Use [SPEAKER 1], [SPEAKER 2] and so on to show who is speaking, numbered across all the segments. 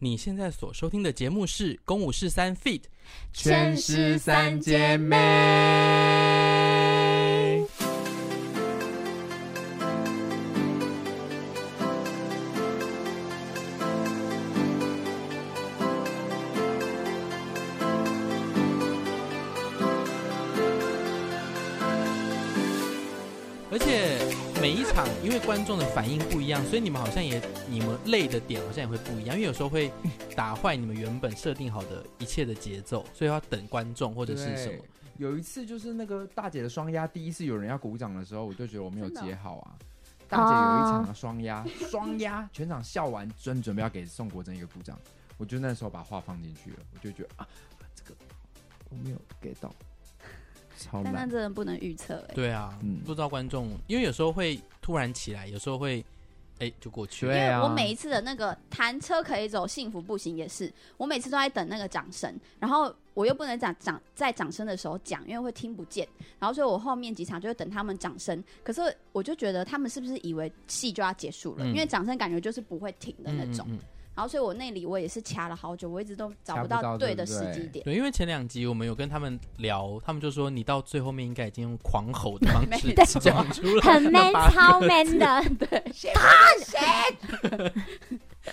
[SPEAKER 1] 你现在所收听的节目是《公五十三 Feet》，
[SPEAKER 2] 全是三姐妹。
[SPEAKER 1] 而且每一场因为观众的反应不一样，所以你们好像也你们累的点好像也会不一样，因为有时候会打坏你们原本设定好的一切的节奏，所以要等观众或者是什么
[SPEAKER 2] 对。有一次就是那个大姐的双压，第一次有人要鼓掌的时候，我就觉得我没有
[SPEAKER 3] 哦
[SPEAKER 2] 接好啊。大姐有一场的双
[SPEAKER 3] 啊
[SPEAKER 2] 压，双压全场笑完，真准备要给宋国珍一个鼓掌，我就那时候把话放进去了，我就觉得啊，这个我没有 get 到，超
[SPEAKER 3] 但那
[SPEAKER 2] 烂。
[SPEAKER 3] 真的不能预测哎，
[SPEAKER 1] 对啊，
[SPEAKER 2] 嗯
[SPEAKER 1] 不知道观众，因为有时候会突然起来，有时候会哎、就过去
[SPEAKER 3] 因
[SPEAKER 1] 了。
[SPEAKER 2] 对
[SPEAKER 3] 为
[SPEAKER 2] 啊
[SPEAKER 3] 我每一次的那个弹车可以走，幸福步行也是，我每次都在等那个掌声，然后我又不能讲掌在掌声的时候讲，因为会听不见，然后所以我后面几场就会等他们掌声，可是我就觉得他们是不是以为戏就要结束了，
[SPEAKER 1] 嗯
[SPEAKER 3] 因为掌声感觉就是不会停的那种，
[SPEAKER 1] 嗯嗯嗯
[SPEAKER 3] 然后所以我那里我也是掐了好久，我一直都找
[SPEAKER 2] 掐不到
[SPEAKER 3] 到对
[SPEAKER 2] 对
[SPEAKER 3] 的
[SPEAKER 2] 不
[SPEAKER 3] 时
[SPEAKER 2] 对
[SPEAKER 3] 机点，
[SPEAKER 1] 对，因为前两集我们有跟他们聊，他们就说你到最后面应该已经用狂吼的方式
[SPEAKER 3] 没
[SPEAKER 1] 讲出来，
[SPEAKER 4] 很 man
[SPEAKER 1] 八个
[SPEAKER 4] 超 man 的，
[SPEAKER 2] 哎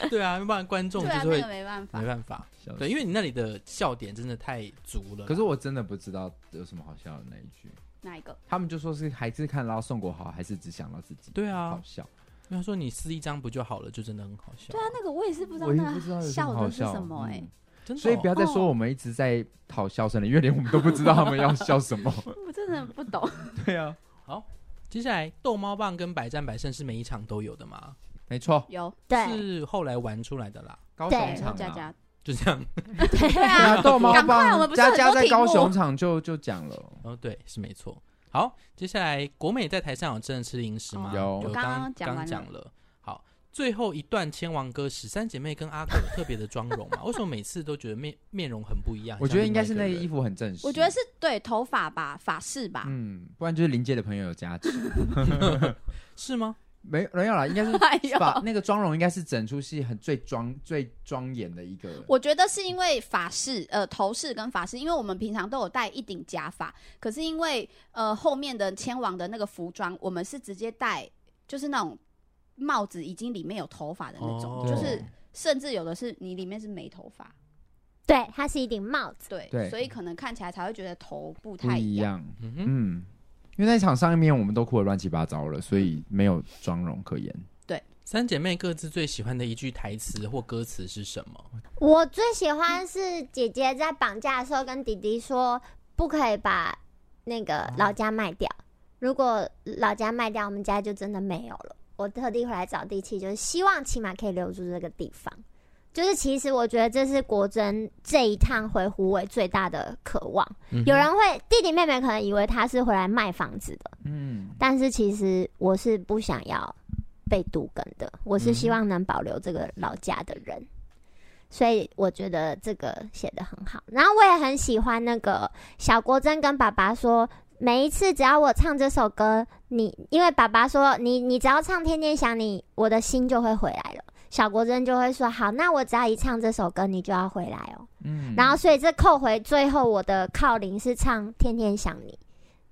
[SPEAKER 1] 对啊，要不然观众
[SPEAKER 3] 对
[SPEAKER 1] 就
[SPEAKER 3] 啊，
[SPEAKER 1] 是
[SPEAKER 3] 那
[SPEAKER 1] 会
[SPEAKER 3] 个没办法
[SPEAKER 1] 没，办法。
[SPEAKER 2] 笑
[SPEAKER 1] 对，因为你那里的笑点真的太足了。
[SPEAKER 2] 可是我真的不知道有什么好笑的那一句，
[SPEAKER 3] 哪一个？
[SPEAKER 2] 他们就说是还是看到宋国豪，还是只想到自己，
[SPEAKER 1] 对啊
[SPEAKER 2] 好笑。
[SPEAKER 1] 因为他说你撕一张不就好了，就真的很好笑。
[SPEAKER 3] 对啊，那个我也是不知道
[SPEAKER 2] 我也
[SPEAKER 3] 那
[SPEAKER 2] 不知道
[SPEAKER 3] 个
[SPEAKER 2] 有什么好
[SPEAKER 3] 的是
[SPEAKER 2] 笑
[SPEAKER 3] 什么哎、
[SPEAKER 2] 嗯
[SPEAKER 1] 真的哦、
[SPEAKER 2] 所以不要再说我们一直在讨笑声了，因为连我们都不知道他们要笑什么。
[SPEAKER 3] 我真的不 懂。
[SPEAKER 2] 对啊，
[SPEAKER 1] 接下来逗猫棒跟百战百胜是每一场都有的吗？
[SPEAKER 2] 没错，
[SPEAKER 3] 有
[SPEAKER 4] 对，
[SPEAKER 1] 是后来玩出来的啦，
[SPEAKER 2] 高
[SPEAKER 4] 对
[SPEAKER 2] 雄
[SPEAKER 3] 然后
[SPEAKER 2] 场
[SPEAKER 3] 佳
[SPEAKER 2] 啊，
[SPEAKER 3] 佳，
[SPEAKER 1] 就这样。
[SPEAKER 3] 对
[SPEAKER 2] 对
[SPEAKER 3] 啊，
[SPEAKER 2] 啊，逗猫
[SPEAKER 3] 赶快我
[SPEAKER 2] 棒，
[SPEAKER 3] 们不是很
[SPEAKER 2] 佳
[SPEAKER 3] 多
[SPEAKER 2] 佳在
[SPEAKER 3] 题目
[SPEAKER 2] 高雄场就就讲了，
[SPEAKER 1] 哦，对，是没错。好，接下来国美在台上有真的吃零食吗？
[SPEAKER 2] 哦有
[SPEAKER 1] 有
[SPEAKER 3] 我刚刚讲
[SPEAKER 1] 刚
[SPEAKER 3] 完了
[SPEAKER 1] 讲了。好，最后一段千王歌十三姐妹跟阿狗有特别的妆容 嘛？为什么每次都觉得面面容很不一样？
[SPEAKER 2] 我觉得应该是
[SPEAKER 1] 哎很像另
[SPEAKER 2] 那个
[SPEAKER 1] 外一个
[SPEAKER 2] 衣
[SPEAKER 1] 人
[SPEAKER 2] 服很正式，
[SPEAKER 3] 我觉得是对头发吧，发饰吧，
[SPEAKER 2] 嗯，不然就是临界的朋友有加持，
[SPEAKER 1] 是吗？
[SPEAKER 2] 没没有啦，应 该是
[SPEAKER 3] 哎呦，
[SPEAKER 2] 把那个妆容应该是整出戏很最庄最庄严的一个。
[SPEAKER 3] 我觉得是因为发饰，呃，头饰跟发饰，因为我们平常都有戴一顶假发，可是因为呃后面的千王的那个服装，我们是直接戴，就是那种帽子已经里面有头发的那种，
[SPEAKER 1] 哦
[SPEAKER 3] 就是甚至有的是你里面是没头发，
[SPEAKER 4] 对，它是一顶帽子，
[SPEAKER 3] 对，
[SPEAKER 2] 对
[SPEAKER 3] 所以可能看起来才会觉得头不
[SPEAKER 2] 不
[SPEAKER 3] 太
[SPEAKER 2] 一
[SPEAKER 3] 一样。
[SPEAKER 2] 样，
[SPEAKER 1] 嗯哼，
[SPEAKER 2] 嗯，因为那场上面我们都哭得乱七八糟了，所以没有妆容可言。
[SPEAKER 1] 三姐妹各自最喜欢的一句台词或歌词是什么？
[SPEAKER 4] 我最喜欢是姐姐在绑架的时候跟弟弟说，不可以把那个老家卖掉。如果老家卖掉，我们家就真的没有了。我特地回来找地契，就是希望起码可以留住这个地方。就是其实我觉得这是国珍这一趟回湖尾最大的渴望。
[SPEAKER 1] 嗯哼
[SPEAKER 4] 有人会弟弟妹妹可能以为他是回来卖房子的，
[SPEAKER 2] 嗯，
[SPEAKER 4] 但是其实我是不想要被独根的，我是希望能保留这个老家的人，所以我觉得这个写的很好。然后我也很喜欢那个小国珍跟爸爸说，每一次只要我唱这首歌，你因为爸爸说你你只要唱《天天想你》，我的心就会回来了。小国珍就会说：“好，那我只要一唱这首歌，你就要回来哦。”
[SPEAKER 2] 嗯
[SPEAKER 4] 然后所以这扣回最后我的靠铃是唱《天天想你》，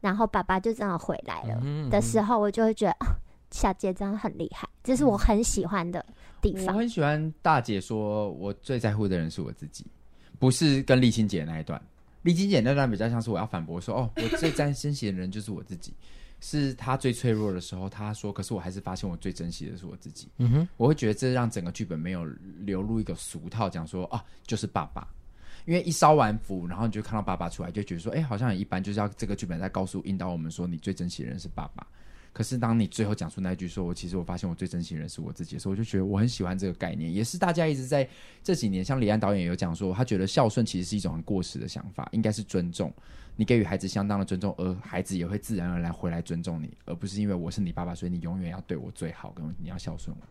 [SPEAKER 4] 然后爸爸就真的回来了。
[SPEAKER 1] 嗯
[SPEAKER 4] 的时候，我就会觉得、啊小杰真的很厉害，这是我很喜欢的地
[SPEAKER 2] 嗯我
[SPEAKER 4] 方。
[SPEAKER 2] 很喜欢大姐说，我最在乎的人是我自己，不是跟丽青姐那一段。丽青姐那段比较像是我要反驳说，哦，我最珍惜的人就是我自己，是她最脆弱的时候，她说，可是我还是发现我最珍惜的是我自己。
[SPEAKER 1] 嗯哼，
[SPEAKER 2] 我会觉得这让整个剧本没有流入一个俗套，讲说啊，就是爸爸。因为一烧完符，然后你就看到爸爸出来，就觉得说，哎、好像很一般，就是要这个剧本在告诉引导我们说，你最珍惜的人是爸爸。可是当你最后讲出那一句说，我其实我发现我最珍惜的人是我自己的时候，我就觉得我很喜欢这个概念，也是大家一直在这几年，像李安导演有讲说，他觉得孝顺其实是一种很过时的想法，应该是尊重，你给予孩子相当的尊重，而孩子也会自然而然回来尊重你，而不是因为我是你爸爸，所以你永远要对我最好，跟你要孝顺我。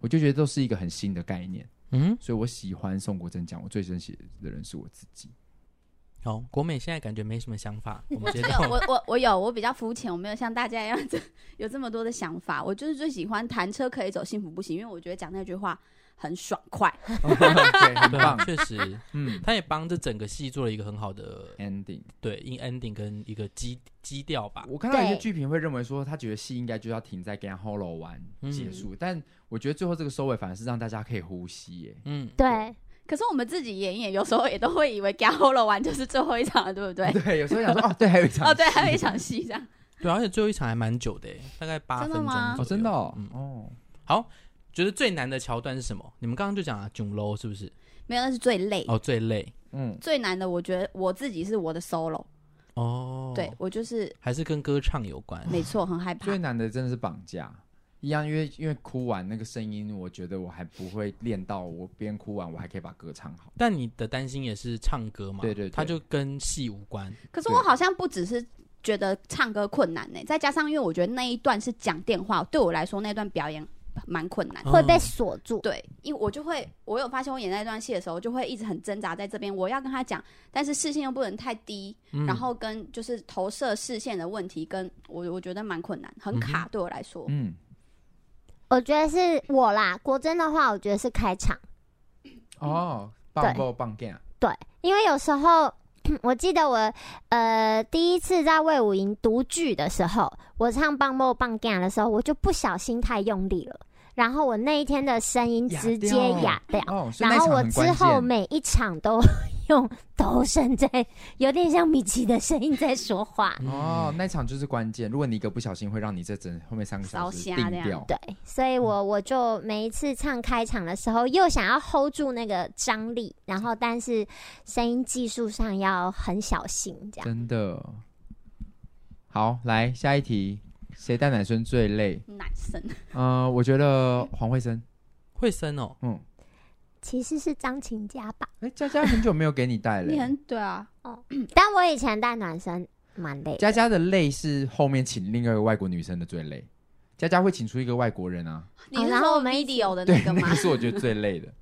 [SPEAKER 2] 我就觉得都是一个很新的概念，
[SPEAKER 1] 嗯，
[SPEAKER 2] 所以我喜欢宋国珍讲，我最珍惜的人是我自己。
[SPEAKER 1] 好，国美现在感觉没什么想法，我们
[SPEAKER 3] 我
[SPEAKER 1] 接
[SPEAKER 3] 这
[SPEAKER 1] 到
[SPEAKER 3] 个我我我有，我比较肤浅，我没有像大家一样 这有这么多的想法。我就是最喜欢弹车可以走，幸福不行，因为我觉得讲那句话很爽快。
[SPEAKER 2] 对，很
[SPEAKER 1] 对
[SPEAKER 2] 棒
[SPEAKER 1] 啊，，确实，
[SPEAKER 2] 嗯
[SPEAKER 1] 他也帮这整个戏做了一个很好的
[SPEAKER 2] ，ending。
[SPEAKER 1] 对 in ending 跟一个基基调吧。
[SPEAKER 2] 我看到一些
[SPEAKER 4] 对
[SPEAKER 2] 剧评会认为说，他觉得戏应该就要停在跟 Hollow 完
[SPEAKER 1] 嗯
[SPEAKER 2] 结束，但我觉得最后这个收尾反而是让大家可以呼吸耶。
[SPEAKER 1] 嗯，
[SPEAKER 4] 对，
[SPEAKER 3] 可是我们自己演一演，有时候也都会以为 g a l 了完就是最后一场了，对不 对？
[SPEAKER 2] 对，有时候想说，哦，对，还有一场
[SPEAKER 3] 哦，对，
[SPEAKER 2] 戏
[SPEAKER 3] 还有一场戏这样。
[SPEAKER 1] 对，啊而且最后一场还蛮久的耶，大概八分
[SPEAKER 3] 真的
[SPEAKER 1] 钟左
[SPEAKER 3] 吗
[SPEAKER 2] 哦，
[SPEAKER 1] 右
[SPEAKER 2] 真的哦
[SPEAKER 1] 嗯，
[SPEAKER 2] 哦，
[SPEAKER 1] 觉得最难的桥段是什么？你们刚刚就讲了囧 low 是不是？
[SPEAKER 3] 没有，那是最累、
[SPEAKER 1] 哦，最累
[SPEAKER 2] 嗯，
[SPEAKER 3] 最难的。我觉得我自己是我的 solo，、
[SPEAKER 1] 哦，
[SPEAKER 3] 对，我就是
[SPEAKER 1] 还是跟歌唱有关。
[SPEAKER 3] 没错，很害怕
[SPEAKER 2] 最。难的真的是绑架。一样，因为因为哭完那个声音，我觉得我还不会练到，我边哭完我还可以把歌唱好。
[SPEAKER 1] 但你的担心也是唱歌嘛？
[SPEAKER 2] 对对对
[SPEAKER 1] 它就跟戏无关。
[SPEAKER 3] 可是我
[SPEAKER 2] 对
[SPEAKER 3] 好像不只是觉得唱歌困难呢、再加上因为我觉得那一段是讲电话，对我来说那段表演蛮困难的。
[SPEAKER 4] 会被
[SPEAKER 1] 嗯
[SPEAKER 4] 锁住。
[SPEAKER 3] 对，因为我就会，我有发现我演那段戏的时候，就会一直很挣扎在这边，我要跟他讲，但是视线又不能太低，
[SPEAKER 1] 嗯
[SPEAKER 3] 然后跟就是投射视线的问题，跟我我觉得蛮困难，很卡对我来说。
[SPEAKER 2] 嗯，
[SPEAKER 4] 我觉得是我啦，国珍的话，我觉得是开场。
[SPEAKER 2] 哦，
[SPEAKER 4] 对
[SPEAKER 2] 棒棒棒 g
[SPEAKER 4] 对，因为有时候我记得我呃第一次在魏武营读剧的时候，我唱《棒棒棒 g 的时候，我就不小心太用力了，然后我那一天的声音直接哑掉，
[SPEAKER 2] 哦，所以那
[SPEAKER 4] 然后
[SPEAKER 2] 一场
[SPEAKER 4] 我
[SPEAKER 2] 很
[SPEAKER 4] 之
[SPEAKER 2] 关
[SPEAKER 4] 后
[SPEAKER 2] 键
[SPEAKER 4] 每一场都 用抖声在，有点像米奇的声音在说话。
[SPEAKER 2] 哦，那一场就是关键。如果你一个不小心，会让你这整后面三个小时
[SPEAKER 3] 烧瞎
[SPEAKER 2] 定
[SPEAKER 3] 这样
[SPEAKER 2] 掉。
[SPEAKER 4] 对，所以
[SPEAKER 2] 嗯
[SPEAKER 4] 我我就每一次唱开场的时候，又想要 hold 住那个张力，然后但是声音技术上要很小心，这样。
[SPEAKER 2] 真的。好，来下一题，谁带奶孙最累？
[SPEAKER 1] 嗯
[SPEAKER 3] 男生，
[SPEAKER 2] 呃，我觉得黄慧生。
[SPEAKER 1] 会生哦，
[SPEAKER 2] 嗯，
[SPEAKER 4] 其实是张琴家吧，
[SPEAKER 2] 哎、佳佳很久没有给你带
[SPEAKER 3] 你很
[SPEAKER 2] 了。
[SPEAKER 3] 对啊，
[SPEAKER 2] 嗯
[SPEAKER 4] 但我以前带暖身蛮累的，
[SPEAKER 2] 佳佳的累是后面请另外一个外国女生的最累。佳佳会请出一个外国人啊，
[SPEAKER 3] 你是
[SPEAKER 4] 然后
[SPEAKER 3] 说
[SPEAKER 4] 我们一起
[SPEAKER 3] video 的
[SPEAKER 2] 对
[SPEAKER 3] 那，个
[SPEAKER 2] 那
[SPEAKER 3] 吗
[SPEAKER 2] 个？是我觉得最累 的。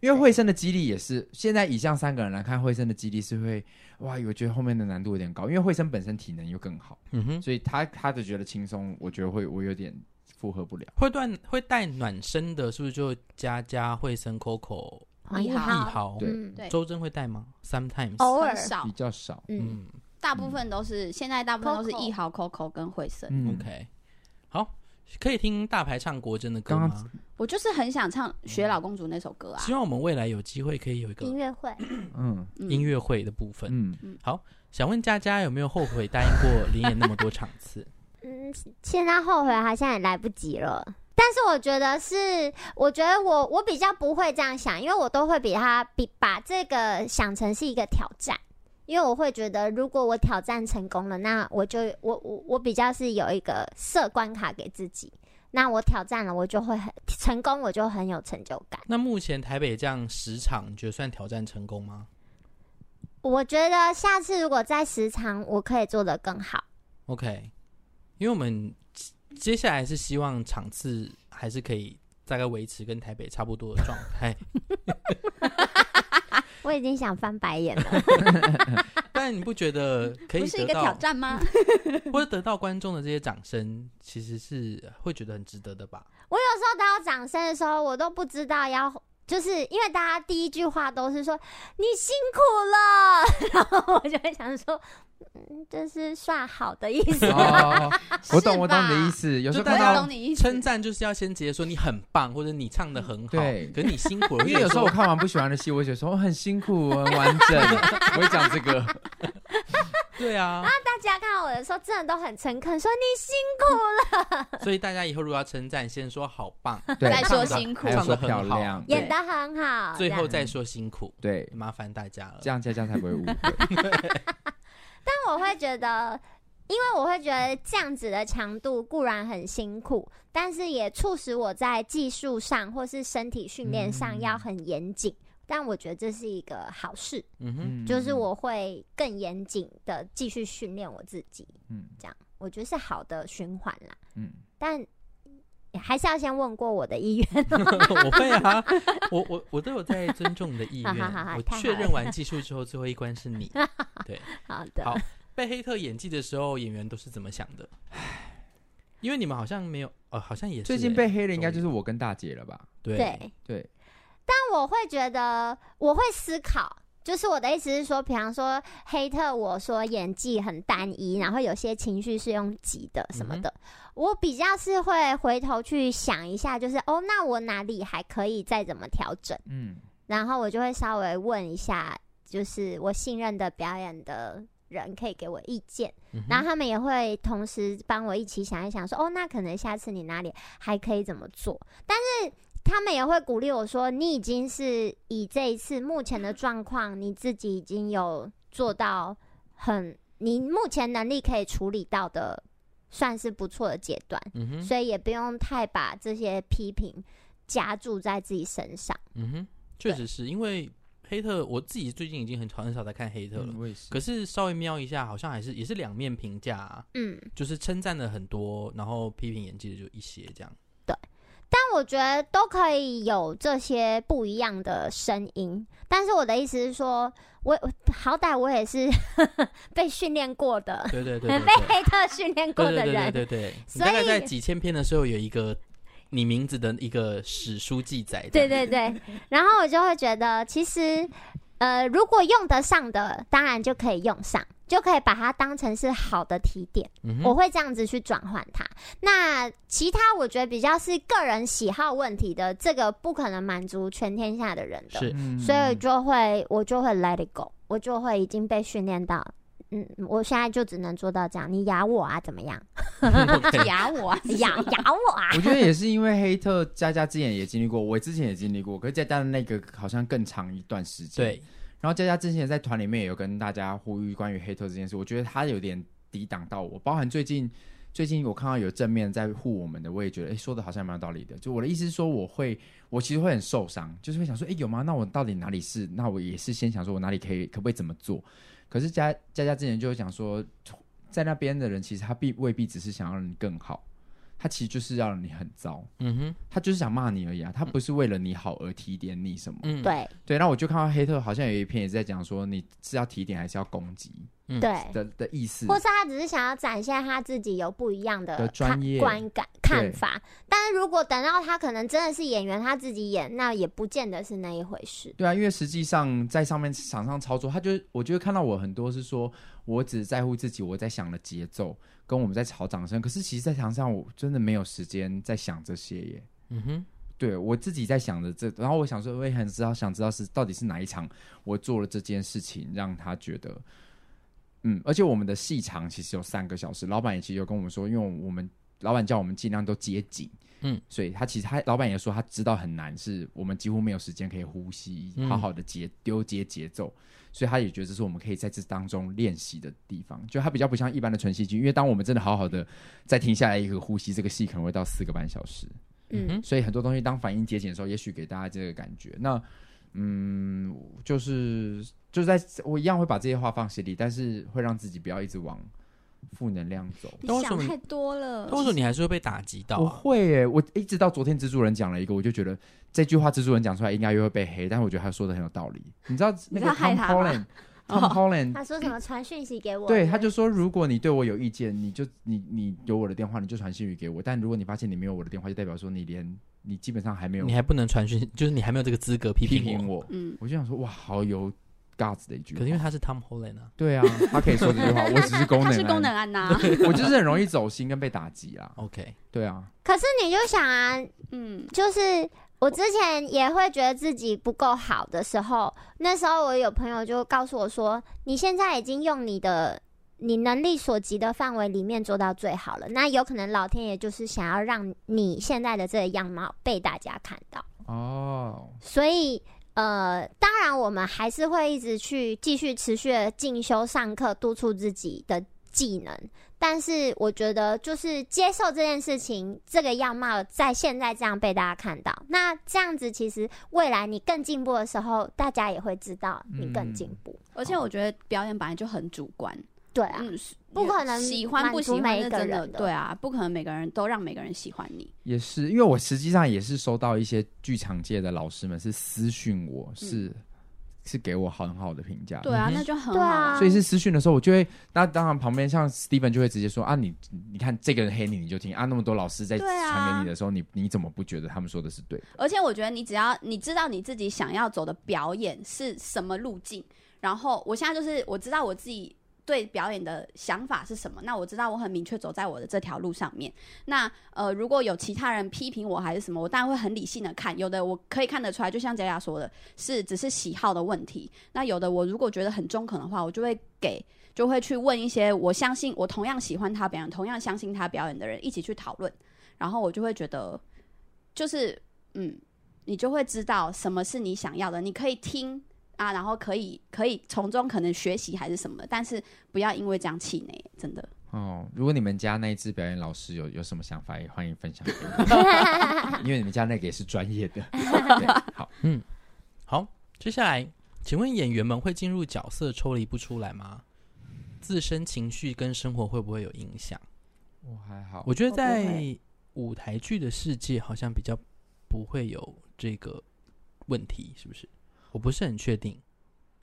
[SPEAKER 2] 因为慧生的激励也是，现在以上三个人来看，慧生的激励是会，哇，我觉得后面的难度有点高，因为慧生本身体能又更好。
[SPEAKER 1] 嗯哼，
[SPEAKER 2] 所以他他的觉得轻松，我觉得会我有点负荷不了。
[SPEAKER 1] 会断会带暖身的，是不是就佳佳会生 Coco
[SPEAKER 4] 黄
[SPEAKER 3] 一
[SPEAKER 4] 一
[SPEAKER 1] 一
[SPEAKER 3] 好
[SPEAKER 4] 豪，
[SPEAKER 1] 豪？
[SPEAKER 2] 对
[SPEAKER 4] 嗯，
[SPEAKER 3] 啊对哦
[SPEAKER 1] 周真会带吗？Sometimes，
[SPEAKER 4] 偶尔
[SPEAKER 3] 很，少
[SPEAKER 2] 比，较少。
[SPEAKER 4] 嗯，
[SPEAKER 1] 嗯
[SPEAKER 3] 大部分都是现在大部分都是
[SPEAKER 4] Coco
[SPEAKER 3] 一豪、Coco 跟慧生。
[SPEAKER 2] 嗯
[SPEAKER 1] ，OK，好，可以听大牌唱国珍的歌
[SPEAKER 2] 刚
[SPEAKER 1] 吗？
[SPEAKER 3] 我就是很想唱《雪老公主》那首歌啊
[SPEAKER 1] 希，望我们未来有机会可以有一个
[SPEAKER 4] 音乐会，
[SPEAKER 2] 嗯
[SPEAKER 3] 嗯
[SPEAKER 1] 音乐会的部分。
[SPEAKER 2] 嗯，
[SPEAKER 1] 想问佳佳有没有后悔答应过林演那么多场次？
[SPEAKER 4] 嗯，现在后悔好像也来不及了。但是我觉得是，我觉得我我比较不会这样想，因为我都会比他比把这个想成是一个挑战，因为我会觉得如果我挑战成功了，那我就我我我比较是有一个设关卡给自己，那我挑战了，我就会很成功，我就很有成就感。
[SPEAKER 1] 那目前台北这样十场，你觉得算挑战成功吗
[SPEAKER 4] 我觉得下次如果再时长，我可以做得更好。
[SPEAKER 1] ？OK，因为我们接下来是希望场次还是可以大概维持跟台北差不多的状 态，
[SPEAKER 4] 我已经想翻白眼了。
[SPEAKER 1] 但你不觉得可
[SPEAKER 3] 不
[SPEAKER 1] 以
[SPEAKER 3] 是一
[SPEAKER 1] 得
[SPEAKER 3] 个挑
[SPEAKER 1] 到
[SPEAKER 3] 战吗？
[SPEAKER 1] 或者得到观众的这些掌声，其实是会觉得很值得的吧？
[SPEAKER 4] 我有时候得到掌声的时候，我都不知道要，就是因为大家第一句话都是说你辛苦了， 然后我就会想说，嗯，这是算好的意思。
[SPEAKER 2] 哦，我懂
[SPEAKER 3] 是
[SPEAKER 2] 我懂你的
[SPEAKER 3] 吧
[SPEAKER 2] 意思。有时候
[SPEAKER 1] 就
[SPEAKER 3] 我
[SPEAKER 2] 看
[SPEAKER 1] 大家
[SPEAKER 3] 也
[SPEAKER 2] 到
[SPEAKER 3] 懂，你意思
[SPEAKER 1] 称。赞就是要先直接说你很棒，或者你唱的很好，
[SPEAKER 2] 嗯对
[SPEAKER 1] 可是你辛 苦了，
[SPEAKER 2] 因为有时候我看完不喜欢的戏，我会觉得说哦很辛苦，很完整。我会讲这个，
[SPEAKER 1] 对啊，
[SPEAKER 4] 大家看到我的时候，真的都很诚恳，说你辛苦了，
[SPEAKER 1] 所以大家以后如果要称赞，先说好棒，
[SPEAKER 2] 对，
[SPEAKER 3] 再说
[SPEAKER 1] 唱得
[SPEAKER 3] 辛苦
[SPEAKER 2] 还有
[SPEAKER 1] 唱
[SPEAKER 2] 说
[SPEAKER 1] 的很
[SPEAKER 2] 漂
[SPEAKER 1] 好
[SPEAKER 2] 亮，
[SPEAKER 4] 演得很好。
[SPEAKER 1] 最
[SPEAKER 4] 这
[SPEAKER 1] 后
[SPEAKER 4] 样
[SPEAKER 1] 再说辛苦，
[SPEAKER 2] 对，
[SPEAKER 1] 麻烦大家了。
[SPEAKER 2] 这样佳佳才不会误会。
[SPEAKER 4] 但我会觉得，因为我会觉得这样子的强度固然很辛苦，但是也促使我在技术上或是身体训练上
[SPEAKER 2] 嗯
[SPEAKER 4] 要很严谨。但我觉得这是一个好事。
[SPEAKER 1] 嗯哼，
[SPEAKER 2] 嗯
[SPEAKER 4] 就是，我会更严谨的继续训练我自己，
[SPEAKER 2] 嗯
[SPEAKER 4] 我觉得是好的循环啦。
[SPEAKER 2] 嗯，
[SPEAKER 4] 但还是要先问过我的意愿，
[SPEAKER 1] 我会啊，我我我都有在尊重你的意
[SPEAKER 4] 好好好
[SPEAKER 1] 愿。
[SPEAKER 4] 好
[SPEAKER 1] 我
[SPEAKER 4] 太好
[SPEAKER 1] 确
[SPEAKER 4] 了
[SPEAKER 1] 认完技术之后，最后一关是 你。对，
[SPEAKER 4] 好的，
[SPEAKER 1] 好被黑特演技的时候，演员都是怎么想的？因为你们好像没有，哦，好像也是
[SPEAKER 2] 最近
[SPEAKER 1] 欸
[SPEAKER 2] 被黑的应该
[SPEAKER 1] 终
[SPEAKER 2] 就
[SPEAKER 1] 于
[SPEAKER 2] 是我跟大姐了吧？
[SPEAKER 1] 对
[SPEAKER 4] 对，
[SPEAKER 2] 对，
[SPEAKER 4] 但我会觉得我会思考。就是我的意思是说，比方说黑特，我说演技很单一，然后有些情绪是用挤的什么的，我比较是会回头去想一下，就是哦，那我哪里还可以再怎么调整，
[SPEAKER 2] 嗯，
[SPEAKER 4] 然后我就会稍微问一下，就是我信任的表演的人可以给我意见。
[SPEAKER 1] 嗯哼
[SPEAKER 4] 然后他们也会同时帮我一起想一想说哦，那可能下次你哪里还可以怎么做？但是他们也会鼓励我说，你已经是以这一次目前的状况，你自己已经有做到很你目前能力可以处理到的，算是不错的阶段，
[SPEAKER 1] 嗯哼，
[SPEAKER 4] 所以也不用太把这些批评加注在自己身上。
[SPEAKER 1] 嗯哼，确实是因为黑特，我自己最近已经很很少在看黑特了。
[SPEAKER 2] 嗯我也是。
[SPEAKER 1] 可是稍微瞄一下，好像还是也是两面评价、啊，
[SPEAKER 4] 嗯，
[SPEAKER 1] 就是称赞了很多，然后批评演技的就一些这样。
[SPEAKER 4] 但我觉得都可以有这些不一样的声音，但是我的意思是说，我我好歹我也是 被训练过的，
[SPEAKER 1] 对对对对
[SPEAKER 4] 被黑特训练过
[SPEAKER 1] 对
[SPEAKER 4] 的
[SPEAKER 1] 对对对
[SPEAKER 4] 人，
[SPEAKER 1] 对对。你
[SPEAKER 4] 所
[SPEAKER 1] 大概
[SPEAKER 4] 以
[SPEAKER 1] 在几千篇的时候有一个你名字的一个史书记载。
[SPEAKER 4] 对对对。然后我就会觉得，其实呃，如果用得上的，当然就可以用上，就可以把它当成是好的提点。
[SPEAKER 1] 嗯
[SPEAKER 4] 我
[SPEAKER 1] 哼，
[SPEAKER 4] 会这样子去转换它。那其他我觉得比较是个人喜好问题的，这个不可能满足全天下的人的。
[SPEAKER 1] 是
[SPEAKER 2] 嗯
[SPEAKER 4] 所以就会我就会 let it go，我就会已经被训练到，嗯，我现在就只能做到这样，你咬我啊，怎么样？
[SPEAKER 1] OK
[SPEAKER 3] 夹 我
[SPEAKER 1] 哎
[SPEAKER 3] 啊，
[SPEAKER 4] 咬 咬我啊！
[SPEAKER 2] 我觉得也是因为黑特佳佳之前也经历过，我之前也经历过，可是佳佳的那个好像更长一段时间。
[SPEAKER 1] 对，
[SPEAKER 2] 然后佳佳之前在团里面也有跟大家呼吁关于黑特这件事，我觉得他有点抵挡到我，包含最近最近我看到有正面在护我们的，我也觉得哎说的好像蛮有道理的。就我的意思是说，我会我其实会很受伤，就是会想说哎有吗？那我到底哪里是？那我也是先想说我哪里可以可不可以怎么做？可是佳佳佳之前就会讲说，在那边的人其实他必未必只是想要让你更好，他其实就是要让你很糟。
[SPEAKER 1] 嗯哼，
[SPEAKER 2] 他就是想骂你而已啊，他不是为了你好而提点你什么。
[SPEAKER 1] 嗯，
[SPEAKER 4] 对
[SPEAKER 2] 对，那我就看到黑特好像有一篇也是在讲说，你是要提点还是要攻击
[SPEAKER 1] 嗯
[SPEAKER 4] 对，
[SPEAKER 2] 的的意思。
[SPEAKER 4] 哎或是他只是想要展现他自己有不一样的
[SPEAKER 2] 的专
[SPEAKER 4] 看
[SPEAKER 2] 业
[SPEAKER 4] 观感
[SPEAKER 2] 对
[SPEAKER 4] 看法，但是如果等到他可能真的是演员，他自己演，那也不见得是那一回事。
[SPEAKER 2] 对啊，因为实际上在上面场上操作，他就我就会看到我很多是说我只在乎自己，我在想的节奏跟我们在吵掌声，可是其实，在场上我真的没有时间在想这些耶。
[SPEAKER 1] 嗯哼，
[SPEAKER 2] 对我自己在想着这，然后我想说，我也很知道，想知道是到底是哪一场我做了这件事情，让他觉得，嗯，而且我们的戏长其实有三个小时，老板也其实有跟我们说，因为我们老板叫我们尽量都接紧，
[SPEAKER 1] 嗯，
[SPEAKER 2] 所以他其实他老板也说他知道很难，是我们几乎没有时间可以呼吸，
[SPEAKER 1] 嗯
[SPEAKER 2] 好好的节丢接节奏，所以他也觉得这是我们可以在这当中练习的地方，就他比较不像一般的纯戏剧，因为当我们真的好好的再停下来一个呼吸，这个戏可能会到四个半小时。
[SPEAKER 1] 嗯
[SPEAKER 4] 嗯
[SPEAKER 1] 哼，
[SPEAKER 2] 所以很多东西当反应节俭的时候，也许给大家这个感觉。那嗯，就是就是在我一样会把这些话放心里，但是会让自己不要一直往负能量走。
[SPEAKER 3] 你
[SPEAKER 1] 但为什
[SPEAKER 3] 想
[SPEAKER 1] 么你
[SPEAKER 3] 太多了
[SPEAKER 1] 但。为什么你还是会被打击到
[SPEAKER 2] 我
[SPEAKER 1] 啊？
[SPEAKER 2] 会耶，我一直到昨天蜘蛛人讲了一个，我就觉得这句话蜘蛛人讲出来应该又会被黑，但我觉得他说的很有道理。你知道那个
[SPEAKER 3] 你知道害
[SPEAKER 2] Tom
[SPEAKER 3] 他吗哦
[SPEAKER 2] Holland，Tom Holland
[SPEAKER 4] 他说什么传讯息给我？
[SPEAKER 2] 对，他就说，如果你对我有意见，你就你你有我的电话，你就传信息给我。但如果你发现你没有我的电话，就代表说你连你基本上还没有
[SPEAKER 1] 你还不能传讯，就是你还没有这个资格批
[SPEAKER 2] 批
[SPEAKER 1] 评
[SPEAKER 2] 评
[SPEAKER 1] 我。
[SPEAKER 2] 我。
[SPEAKER 3] 嗯，
[SPEAKER 2] 我就想说，哇，好有 guts 的一句话。
[SPEAKER 1] 可是因为他是 Tom Holland 啊。
[SPEAKER 2] 对啊，他可以说这句话，我只是功能，
[SPEAKER 3] 他是功能，啊安呐。
[SPEAKER 2] 我就是很容易走心跟被打击啦。
[SPEAKER 1] OK，
[SPEAKER 2] 对啊，
[SPEAKER 4] 可是你就想啊，
[SPEAKER 3] 嗯，
[SPEAKER 4] 就是我之前也会觉得自己不够好的时候，那时候我有朋友就告诉我说，你现在已经用你的。你能力所及的范围里面做到最好了，那有可能老天爷就是想要让你现在的这个样貌被大家看到，
[SPEAKER 2] 哦，
[SPEAKER 4] 所以呃，当然我们还是会一直去继续持续的进修上课，督促自己的技能。但是我觉得，就是接受这件事情，这个样貌在现在这样被大家看到，那这样子其实未来你更进步的时候，大家也会知道你
[SPEAKER 2] 嗯
[SPEAKER 4] 更进步。
[SPEAKER 3] 而且我觉得表演本来就很主观，
[SPEAKER 4] 对啊，
[SPEAKER 3] 嗯，
[SPEAKER 4] 不可能
[SPEAKER 3] 喜欢不喜欢
[SPEAKER 4] 满足每
[SPEAKER 3] 那
[SPEAKER 4] 一个
[SPEAKER 3] 真的
[SPEAKER 4] 人的
[SPEAKER 3] 对啊，不可能每个人都让每个人喜欢你。
[SPEAKER 2] 也是，因为我实际上也是收到一些剧场界的老师们是私讯我，是是给我很好的评价的。
[SPEAKER 3] 嗯对啊，
[SPEAKER 1] 嗯哼
[SPEAKER 3] 那就很
[SPEAKER 4] 对
[SPEAKER 3] 好
[SPEAKER 4] 啊
[SPEAKER 3] 啊。
[SPEAKER 2] 所以是私讯的时候，我就会，那当然旁边像 Steven 就会直接说啊，你你看这个人黑你，你就听啊，那么多老师在
[SPEAKER 3] 对啊
[SPEAKER 2] 传给你的时候，你你怎么不觉得他们说的是对的？
[SPEAKER 3] 而且我觉得你只要你知道你自己想要走的表演是什么路径，然后我现在就是我知道我自己对表演的想法是什么，那我知道我很明确走在我的这条路上面。那呃，如果有其他人批评我还是什么，我当然会很理性的看。有的我可以看得出来，就像佳佳说的，是只是喜好的问题。那有的我如果觉得很中肯的话，我就会给。就会去问一些我相信我同样喜欢他表演、同样相信他表演的人一起去讨论，然后我就会觉得，就是嗯，你就会知道什么是你想要的。你可以听啊，然后可以可以从中可能学习还是什么的，但是不要因为这样气馁，真的。
[SPEAKER 2] 哦，如果你们家那一支表演老师有有什么想法，也欢迎分享给我， 因为你们家那个也是专业的。对好，
[SPEAKER 1] 好，接下来，请问演员们会进入角色抽离不出来吗？自身情绪跟生活会不会有影响？
[SPEAKER 2] 我还好，
[SPEAKER 1] 我觉得
[SPEAKER 3] 我哦不
[SPEAKER 1] 在舞台剧的世界好像比较不会有这个问题，是不是？我不是很确定。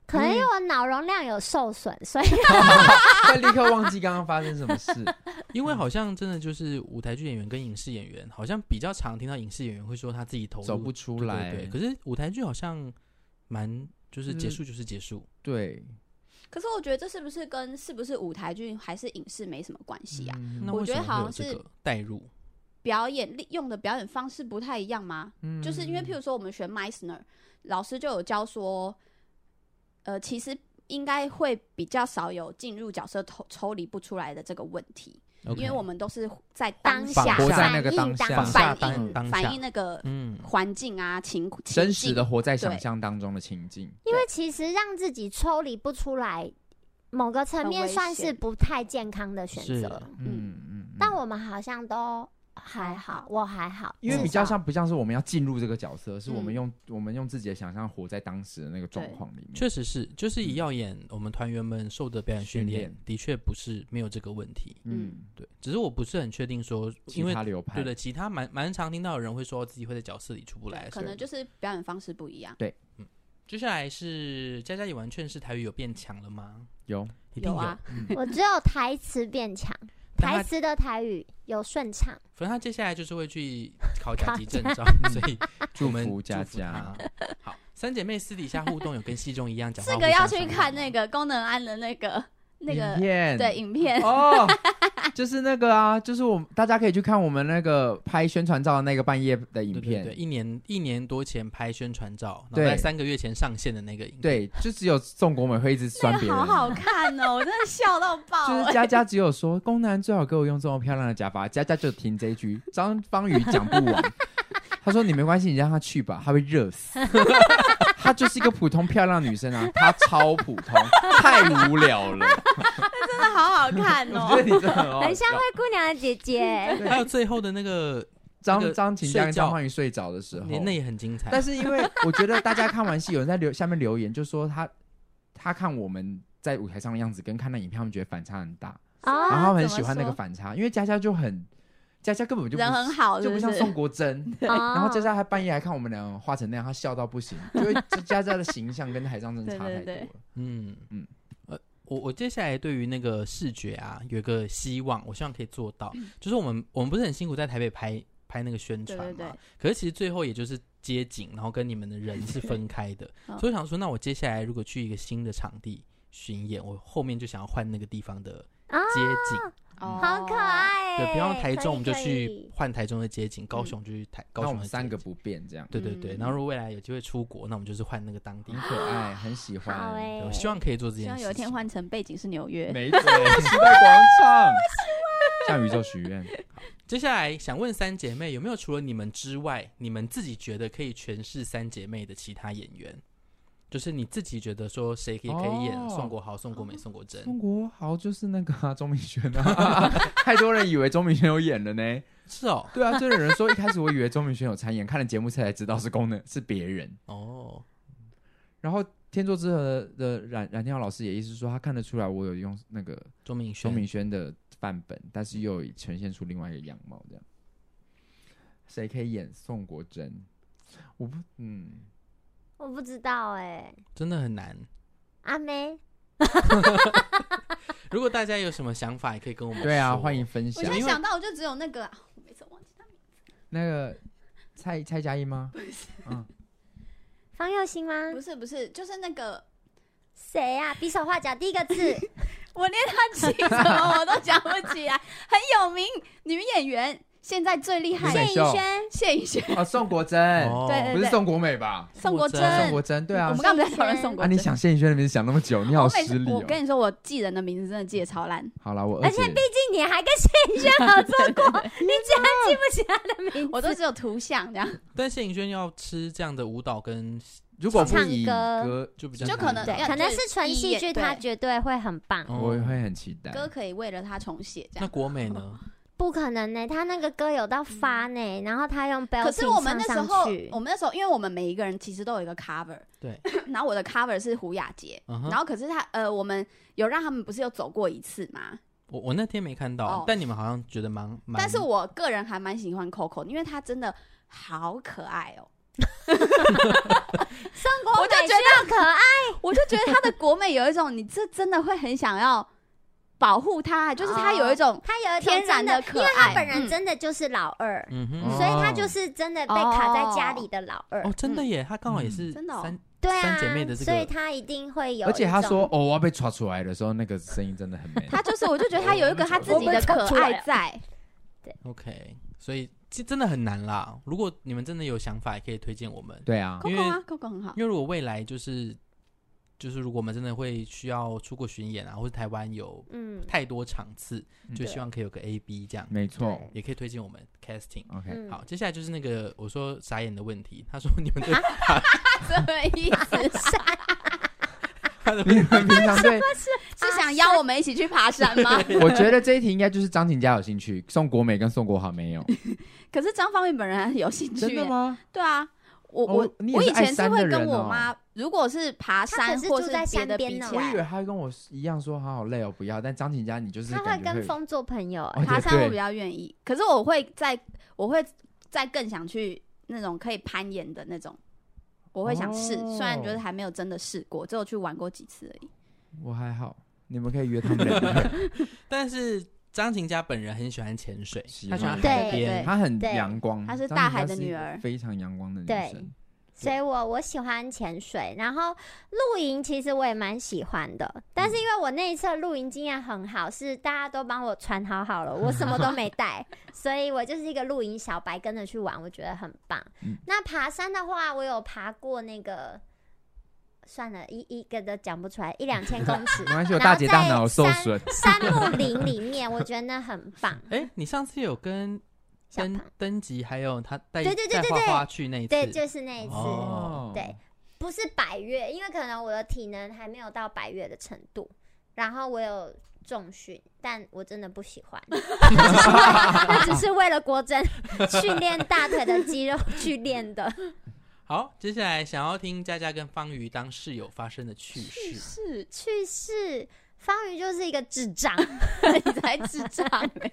[SPEAKER 4] 可
[SPEAKER 2] 嗯
[SPEAKER 4] 能因为我脑容量有受损，所 以
[SPEAKER 2] 会立刻忘记刚刚发生什 么事。
[SPEAKER 1] 因为好像真的就是舞台剧演员跟影视演员，好像比较常听到影视演员会说他自己投入
[SPEAKER 2] 走不出来
[SPEAKER 1] 对对对可是舞台剧好像蛮就是结
[SPEAKER 3] 嗯
[SPEAKER 1] 束就是结束，
[SPEAKER 2] 对，
[SPEAKER 3] 可是我觉得这是不是跟是不是舞台剧还是影视没什么关系啊？
[SPEAKER 1] 那
[SPEAKER 3] 我
[SPEAKER 1] 为
[SPEAKER 3] 觉
[SPEAKER 1] 什么
[SPEAKER 3] 得
[SPEAKER 1] 会
[SPEAKER 3] 好
[SPEAKER 1] 有
[SPEAKER 3] 像
[SPEAKER 1] 这
[SPEAKER 3] 是
[SPEAKER 1] 个代入？
[SPEAKER 3] 表演利用的表演方式不太一样吗？
[SPEAKER 2] 嗯
[SPEAKER 3] 就是因为譬如说我们学 Meisner，老师就有教说，呃，其实应该会比较少有进入角色抽抽离不出来的这个问题，
[SPEAKER 1] OK
[SPEAKER 3] 因为我们都是在
[SPEAKER 4] 当
[SPEAKER 3] 下
[SPEAKER 4] 下
[SPEAKER 1] 活在
[SPEAKER 2] 那个
[SPEAKER 4] 反应
[SPEAKER 2] 当
[SPEAKER 1] 反
[SPEAKER 4] 当
[SPEAKER 2] 下
[SPEAKER 3] 反
[SPEAKER 1] 下
[SPEAKER 3] 映
[SPEAKER 1] 当下
[SPEAKER 3] 反映那个
[SPEAKER 1] 嗯，
[SPEAKER 3] 环境啊、情情
[SPEAKER 2] 真实
[SPEAKER 3] 境
[SPEAKER 2] 的活在想
[SPEAKER 3] 对
[SPEAKER 2] 象当中的情境，
[SPEAKER 4] 因为其实让自己抽离不出来，某个层面
[SPEAKER 3] 很危
[SPEAKER 4] 算是
[SPEAKER 3] 险
[SPEAKER 4] 不太健康的选
[SPEAKER 1] 是
[SPEAKER 4] 择。
[SPEAKER 2] 嗯嗯，嗯
[SPEAKER 4] 但我们好像都还好，我还好，
[SPEAKER 2] 因为比
[SPEAKER 4] 至少
[SPEAKER 2] 较像不像是我们要进入这个角色，是我们
[SPEAKER 3] 嗯
[SPEAKER 2] 用我们用自己的想象活在当时的那个状
[SPEAKER 3] 对
[SPEAKER 2] 况里面。
[SPEAKER 1] 确实是，就是以要演我们团员们受的表演训
[SPEAKER 2] 嗯训
[SPEAKER 1] 练
[SPEAKER 2] 练，
[SPEAKER 1] 的确不是没有这个问题。
[SPEAKER 2] 嗯，
[SPEAKER 1] 对，只是我不是很确定说，
[SPEAKER 2] 其
[SPEAKER 1] 因为
[SPEAKER 2] 他流派
[SPEAKER 1] 对的，其他蛮蛮常听到有人会说自己会在角色里出不来。
[SPEAKER 3] 可
[SPEAKER 1] 所以
[SPEAKER 3] 能就是表演方式不一样。
[SPEAKER 1] 接下来是佳佳，你玩劝世台语有变强了吗？
[SPEAKER 2] 有
[SPEAKER 1] 一定有
[SPEAKER 3] 啊，，
[SPEAKER 4] 我只有台词变强，
[SPEAKER 1] 但他
[SPEAKER 4] 台词的台语有顺畅。
[SPEAKER 1] 反正他接下来就是会 去考甲级证照，所以
[SPEAKER 2] 祝
[SPEAKER 1] 我们
[SPEAKER 2] 福佳
[SPEAKER 1] 福
[SPEAKER 2] 佳
[SPEAKER 1] 她。好，三姐妹私底下互动有跟戏中一样讲话
[SPEAKER 3] 这
[SPEAKER 1] 互
[SPEAKER 3] 个
[SPEAKER 1] 相
[SPEAKER 3] 要
[SPEAKER 1] 伤害吗，
[SPEAKER 3] 去看那个功能安的那个那
[SPEAKER 2] 影
[SPEAKER 3] 个
[SPEAKER 2] 片
[SPEAKER 3] 对影 片，
[SPEAKER 2] 哦，就是那个啊，就是我们大家可以去看我们那个拍宣传照的那个半夜的影
[SPEAKER 1] 对
[SPEAKER 2] 片，
[SPEAKER 1] 对对，一年一年多前拍宣传照，然
[SPEAKER 2] 对
[SPEAKER 1] 后在三个月前上线的那个影片，
[SPEAKER 2] 对就只有宋国美会一直
[SPEAKER 3] 那
[SPEAKER 2] 酸别
[SPEAKER 3] 个
[SPEAKER 2] 人，
[SPEAKER 3] 好好看哦，我真的笑到爆
[SPEAKER 2] 就是
[SPEAKER 3] 哎。
[SPEAKER 2] 佳佳只有说，宫南最好给我用这么漂亮的假发，佳佳就听这一句，张方宇讲不 完。他说：“你没关系，你让他去吧，他会热死。她就是一个普通漂亮女生啊，她超普通，太无聊了。
[SPEAKER 3] 真的好好看
[SPEAKER 2] 我觉得
[SPEAKER 3] 哦。
[SPEAKER 2] 你真的很好笑
[SPEAKER 4] 很像灰姑娘的姐 姐，
[SPEAKER 1] 还有最后的那个，那
[SPEAKER 2] 张
[SPEAKER 1] 个
[SPEAKER 2] 张晴佳跟
[SPEAKER 1] 睡觉
[SPEAKER 2] 张方宇睡着的时候，
[SPEAKER 1] 那那也很精彩。
[SPEAKER 2] 但是因为我觉得大家看完戏，有人在留下面留言，就说他他看我们在舞台上的样子跟看那影片，他们觉得反差很大，
[SPEAKER 4] 哦
[SPEAKER 2] 然后他们很
[SPEAKER 3] 啊怎么
[SPEAKER 2] 喜欢那个
[SPEAKER 3] 说
[SPEAKER 2] 反差，因为佳佳就很佳佳根本就不
[SPEAKER 3] 人很好，
[SPEAKER 2] 就是不
[SPEAKER 3] 不
[SPEAKER 2] 像
[SPEAKER 3] 是？啊
[SPEAKER 2] 宋国珍， 然
[SPEAKER 4] 然
[SPEAKER 2] 后佳佳还半夜还看我们俩画成那样，她笑到不行，因为佳佳的形象跟台上真的差太
[SPEAKER 3] 对对
[SPEAKER 2] 多
[SPEAKER 3] 对
[SPEAKER 2] 了。
[SPEAKER 1] 嗯
[SPEAKER 2] 嗯
[SPEAKER 1] 嗯，呃，我我接下来对于那个视觉啊有一个希望，我希望可以做到，就是我们我们不是很辛苦在台北拍拍那个宣
[SPEAKER 3] 对
[SPEAKER 1] 传嘛，
[SPEAKER 3] 对对，，
[SPEAKER 1] 可是其实最后也就是街景，然后跟你们的人是分开的
[SPEAKER 3] 嗯
[SPEAKER 1] 所以我想说，那我接下来如果去一个新的场地巡演，我后面就想要换那个地方的
[SPEAKER 4] 啊
[SPEAKER 1] 街景，
[SPEAKER 3] 哦
[SPEAKER 4] 好可。爱耶，
[SPEAKER 1] 对，不要台中我们就
[SPEAKER 4] 可以
[SPEAKER 1] 去。换台中的街景，高雄就去台、高
[SPEAKER 2] 那我
[SPEAKER 1] 雄的街
[SPEAKER 2] 们三个
[SPEAKER 1] 景。
[SPEAKER 2] 不变这样，
[SPEAKER 1] 对对对，
[SPEAKER 3] 嗯
[SPEAKER 1] 然后如果未来有机会出国，那我们就是换那个当地
[SPEAKER 2] 很。可爱，很喜欢。
[SPEAKER 4] 好
[SPEAKER 3] 欸
[SPEAKER 4] 哎
[SPEAKER 1] 我希望可以做这件
[SPEAKER 3] 希
[SPEAKER 1] 事
[SPEAKER 3] 望
[SPEAKER 1] 情。
[SPEAKER 3] 有一天换成背景是纽约。
[SPEAKER 2] 没错，时代广
[SPEAKER 3] 啊
[SPEAKER 2] 场，向宇宙许愿。
[SPEAKER 1] 接下来想问三姐妹有没有除了你们之外，你们自己觉得可以诠释三姐妹的其他演员？就是你自己觉得说谁可以可以演
[SPEAKER 2] 哦
[SPEAKER 1] 宋国豪、宋国
[SPEAKER 3] 嗯
[SPEAKER 1] 美、宋国珍？
[SPEAKER 2] 中国好就是那个啊， 钟明轩啊， 太多人以为钟明轩有演了呢。
[SPEAKER 1] 是哦，
[SPEAKER 2] 对啊，就有人说一开始我以为钟明轩有参演，看了节目才知道是功能是别人。
[SPEAKER 1] 哦，
[SPEAKER 2] 然后天作之合的冉冉天昊老师也意思说，他看得出来我有用那个
[SPEAKER 1] 钟明轩，
[SPEAKER 2] 钟明轩的范本，但是又有呈现出另外一个样貌，这样。谁可以演宋国珍？我不，嗯，
[SPEAKER 4] 我不知道哎、
[SPEAKER 1] 真的很难。
[SPEAKER 4] 阿妹，
[SPEAKER 1] 如果大家有什么想法，也可以跟我们
[SPEAKER 2] 对啊，
[SPEAKER 1] 说
[SPEAKER 2] 欢迎分
[SPEAKER 3] 我
[SPEAKER 2] 享
[SPEAKER 3] 现在
[SPEAKER 1] 因为
[SPEAKER 3] 想到我就只有那个，啊我每次忘记他名
[SPEAKER 2] 那个蔡蔡佳怡吗？
[SPEAKER 4] 方佑兴吗
[SPEAKER 3] 字，？不是不是，就是那个，
[SPEAKER 4] 谁呀、比手画脚，第一 个字
[SPEAKER 3] 我连他姓什么我都讲不起来， 很有名女演员，现在最厉害
[SPEAKER 2] 李美
[SPEAKER 4] 谢
[SPEAKER 2] 秀
[SPEAKER 4] 颖轩。
[SPEAKER 3] 谢颖轩、
[SPEAKER 2] 哦，宋国珍，
[SPEAKER 1] 哦
[SPEAKER 3] 对对
[SPEAKER 2] 不是宋国美吧？
[SPEAKER 3] 宋国
[SPEAKER 1] 真
[SPEAKER 3] 珍。
[SPEAKER 2] 宋国珍，对
[SPEAKER 3] 我
[SPEAKER 2] 啊
[SPEAKER 3] 们。刚刚不是在讨论宋国
[SPEAKER 2] 啊，
[SPEAKER 3] 珍？
[SPEAKER 2] 你想谢宇轩的名字想那么久，你好
[SPEAKER 3] 我每
[SPEAKER 2] 失
[SPEAKER 3] 次
[SPEAKER 2] 礼
[SPEAKER 3] 我
[SPEAKER 2] 哦。
[SPEAKER 3] 跟你说，我记人的名字真的记得 超烂，
[SPEAKER 2] 好了，我
[SPEAKER 4] 而
[SPEAKER 2] 二
[SPEAKER 4] 且
[SPEAKER 2] 姐
[SPEAKER 4] 毕竟你还跟谢颖轩合作 过，你竟然记不起他的名字？
[SPEAKER 3] 我都只有图像 这样，
[SPEAKER 1] 但谢颖轩要吃这样的舞蹈跟
[SPEAKER 2] 如果不
[SPEAKER 4] 唱
[SPEAKER 2] 以
[SPEAKER 4] 歌
[SPEAKER 2] 歌，
[SPEAKER 1] 就比较
[SPEAKER 3] 就可
[SPEAKER 1] 难
[SPEAKER 3] 能
[SPEAKER 4] 对，
[SPEAKER 3] 要
[SPEAKER 4] 可能是纯戏
[SPEAKER 3] 就是一
[SPEAKER 4] 剧，他
[SPEAKER 3] 对
[SPEAKER 4] 绝对会很棒。
[SPEAKER 1] 哦
[SPEAKER 2] 我会很期待。
[SPEAKER 3] 歌可以为了他重写这
[SPEAKER 1] 那
[SPEAKER 3] 样。
[SPEAKER 1] 国美呢？
[SPEAKER 4] 不可能呢、他那个歌有到发呢、然后他用 b e l
[SPEAKER 3] 可
[SPEAKER 4] l
[SPEAKER 3] 是我们那时候
[SPEAKER 4] 去，
[SPEAKER 3] 我们那时候，因为我们每一个人其实都有一个 cover，
[SPEAKER 1] 对。
[SPEAKER 3] 然后我的 cover 是胡雅杰，
[SPEAKER 1] 嗯哼
[SPEAKER 3] 然后可是他呃，我们有让他们不是有走过一次吗？
[SPEAKER 1] 我我那天没看到，
[SPEAKER 3] 哦
[SPEAKER 1] 但你们好像觉得蛮蛮。
[SPEAKER 3] 但是我个人还蛮喜欢 Coco，因为她真的好可爱 哦。
[SPEAKER 4] 中国
[SPEAKER 3] 我就
[SPEAKER 4] 美
[SPEAKER 3] 觉
[SPEAKER 4] 需要可爱，
[SPEAKER 3] 我就觉得她的国美有一种，你这真的会很想要保护她，就是她有一种
[SPEAKER 4] 他有一种
[SPEAKER 3] 天然
[SPEAKER 4] 真的，
[SPEAKER 3] 可
[SPEAKER 4] 因为
[SPEAKER 3] 爱。
[SPEAKER 4] 他本人
[SPEAKER 3] 嗯
[SPEAKER 4] 真的就是老二，
[SPEAKER 1] 嗯哼，
[SPEAKER 2] 嗯
[SPEAKER 1] 哦
[SPEAKER 4] 所以他就是真的被卡在家里的老二。
[SPEAKER 1] 真的耶，她刚好也是
[SPEAKER 3] 嗯真的哦
[SPEAKER 1] 三
[SPEAKER 4] 哦对啊，
[SPEAKER 1] 三姐妹的这个
[SPEAKER 4] 所以他一定会有一种。
[SPEAKER 2] 而且他说哦，我要被抓出来的时候，那个声音真的很美。
[SPEAKER 3] 她就是，我就觉得她有一个她自己的可爱在。啊
[SPEAKER 1] OK，所以这真的很难啦。如果你们真的有想法，也可以推荐我们，
[SPEAKER 2] 对啊，
[SPEAKER 1] 因为
[SPEAKER 3] Coco 啊，Coco 很好。
[SPEAKER 1] 因为如果未来就是就是如果我们真的会需要出国巡演啊，或者台湾有
[SPEAKER 4] 嗯，
[SPEAKER 1] 太多场次，
[SPEAKER 2] 嗯
[SPEAKER 1] 就希望可以有个 A B 这样，
[SPEAKER 2] 没错。
[SPEAKER 1] 也可以推荐我们 casting。
[SPEAKER 2] OK，
[SPEAKER 4] 嗯
[SPEAKER 1] 好，接下来就是那个我说傻眼的问题，他说你们对
[SPEAKER 4] 啊
[SPEAKER 3] 什么意 思？
[SPEAKER 1] 他的
[SPEAKER 2] 你们 平常对，
[SPEAKER 3] 是想邀我们一起去爬山吗？
[SPEAKER 2] 我觉得这一题应该就是张景佳有兴趣，宋国美跟宋国豪没有，
[SPEAKER 3] 可是张方宇本人有兴趣
[SPEAKER 2] 真的
[SPEAKER 3] 耶，
[SPEAKER 2] 吗？
[SPEAKER 3] 对啊，我
[SPEAKER 2] 哦
[SPEAKER 3] 我
[SPEAKER 2] 你也
[SPEAKER 3] 我
[SPEAKER 2] 是
[SPEAKER 3] 以
[SPEAKER 2] 爱
[SPEAKER 3] 前是
[SPEAKER 2] 山的
[SPEAKER 3] 会
[SPEAKER 2] 人
[SPEAKER 3] 跟我
[SPEAKER 2] 哦
[SPEAKER 3] 妈，如果是爬
[SPEAKER 4] 他可
[SPEAKER 3] 山
[SPEAKER 4] 是
[SPEAKER 3] 或
[SPEAKER 4] 住在
[SPEAKER 3] 别
[SPEAKER 4] 山
[SPEAKER 3] 的
[SPEAKER 4] 边
[SPEAKER 3] 比
[SPEAKER 4] 呢
[SPEAKER 3] 起
[SPEAKER 2] 我
[SPEAKER 3] 来
[SPEAKER 2] 以为，他会跟我一样说他好累哦，不要。但张景佳你就是
[SPEAKER 4] 他
[SPEAKER 2] 感
[SPEAKER 4] 会
[SPEAKER 2] 觉
[SPEAKER 4] 跟
[SPEAKER 2] 会，
[SPEAKER 4] 风做朋友、
[SPEAKER 2] 哦
[SPEAKER 4] 哎，
[SPEAKER 3] 爬
[SPEAKER 2] 对
[SPEAKER 3] 山我
[SPEAKER 2] 对
[SPEAKER 3] 比较愿意，可是我会在，我会再更想去那种可以攀岩的那种，我会想试，
[SPEAKER 2] 哦
[SPEAKER 3] 虽然觉得还没有真的试过，只有去玩过几次而已。
[SPEAKER 2] 我还好，你们可以约他们两个，
[SPEAKER 1] 但是张琴佳本人很喜欢潜水，
[SPEAKER 2] 喜
[SPEAKER 1] 她喜欢
[SPEAKER 2] 欢
[SPEAKER 1] 海
[SPEAKER 4] 对
[SPEAKER 1] 边
[SPEAKER 3] 对。
[SPEAKER 2] 她很
[SPEAKER 4] 对
[SPEAKER 2] 阳光，
[SPEAKER 3] 她是
[SPEAKER 2] 张
[SPEAKER 3] 大
[SPEAKER 2] 景
[SPEAKER 3] 海
[SPEAKER 2] 佳
[SPEAKER 3] 的
[SPEAKER 2] 是一
[SPEAKER 3] 女
[SPEAKER 2] 个
[SPEAKER 3] 儿
[SPEAKER 2] 非常阳光的女
[SPEAKER 4] 对
[SPEAKER 2] 生。
[SPEAKER 4] 所以我我喜欢潜水，然后露营其实我也蛮喜欢的，但
[SPEAKER 2] 嗯
[SPEAKER 4] 是因为我那一次露营经验很好，是大家都帮我穿好好了，我什么都没 带，所以我就是一个露营小白，跟着去玩，我觉得很棒。
[SPEAKER 2] 嗯
[SPEAKER 4] 那爬山的话，我有爬过那个，算了，一一个都讲不出来，一两 千公尺
[SPEAKER 2] 没，关系，我大姐大脑受损，
[SPEAKER 4] 山木林里面，我觉得那很棒。
[SPEAKER 1] 哎，你上次有跟
[SPEAKER 4] 小
[SPEAKER 1] 登
[SPEAKER 4] 胖，
[SPEAKER 1] 登吉还有他带
[SPEAKER 4] 对对对
[SPEAKER 1] 带
[SPEAKER 4] 对
[SPEAKER 1] 花
[SPEAKER 4] 对
[SPEAKER 1] 花去那一次，
[SPEAKER 4] 对，就是那一次。
[SPEAKER 1] 哦
[SPEAKER 4] 对，不是百越，因为可能我的体能还没有到百越的程度，然后我有重训，但我真的不喜欢， 那只是为了国珍训练大腿的肌肉去练的。
[SPEAKER 1] 好，接下来想要听佳佳跟方瑜当室友发生的趣事。
[SPEAKER 3] 是，
[SPEAKER 4] 去世，方瑜就是一个智障，
[SPEAKER 3] 你才智 障欸、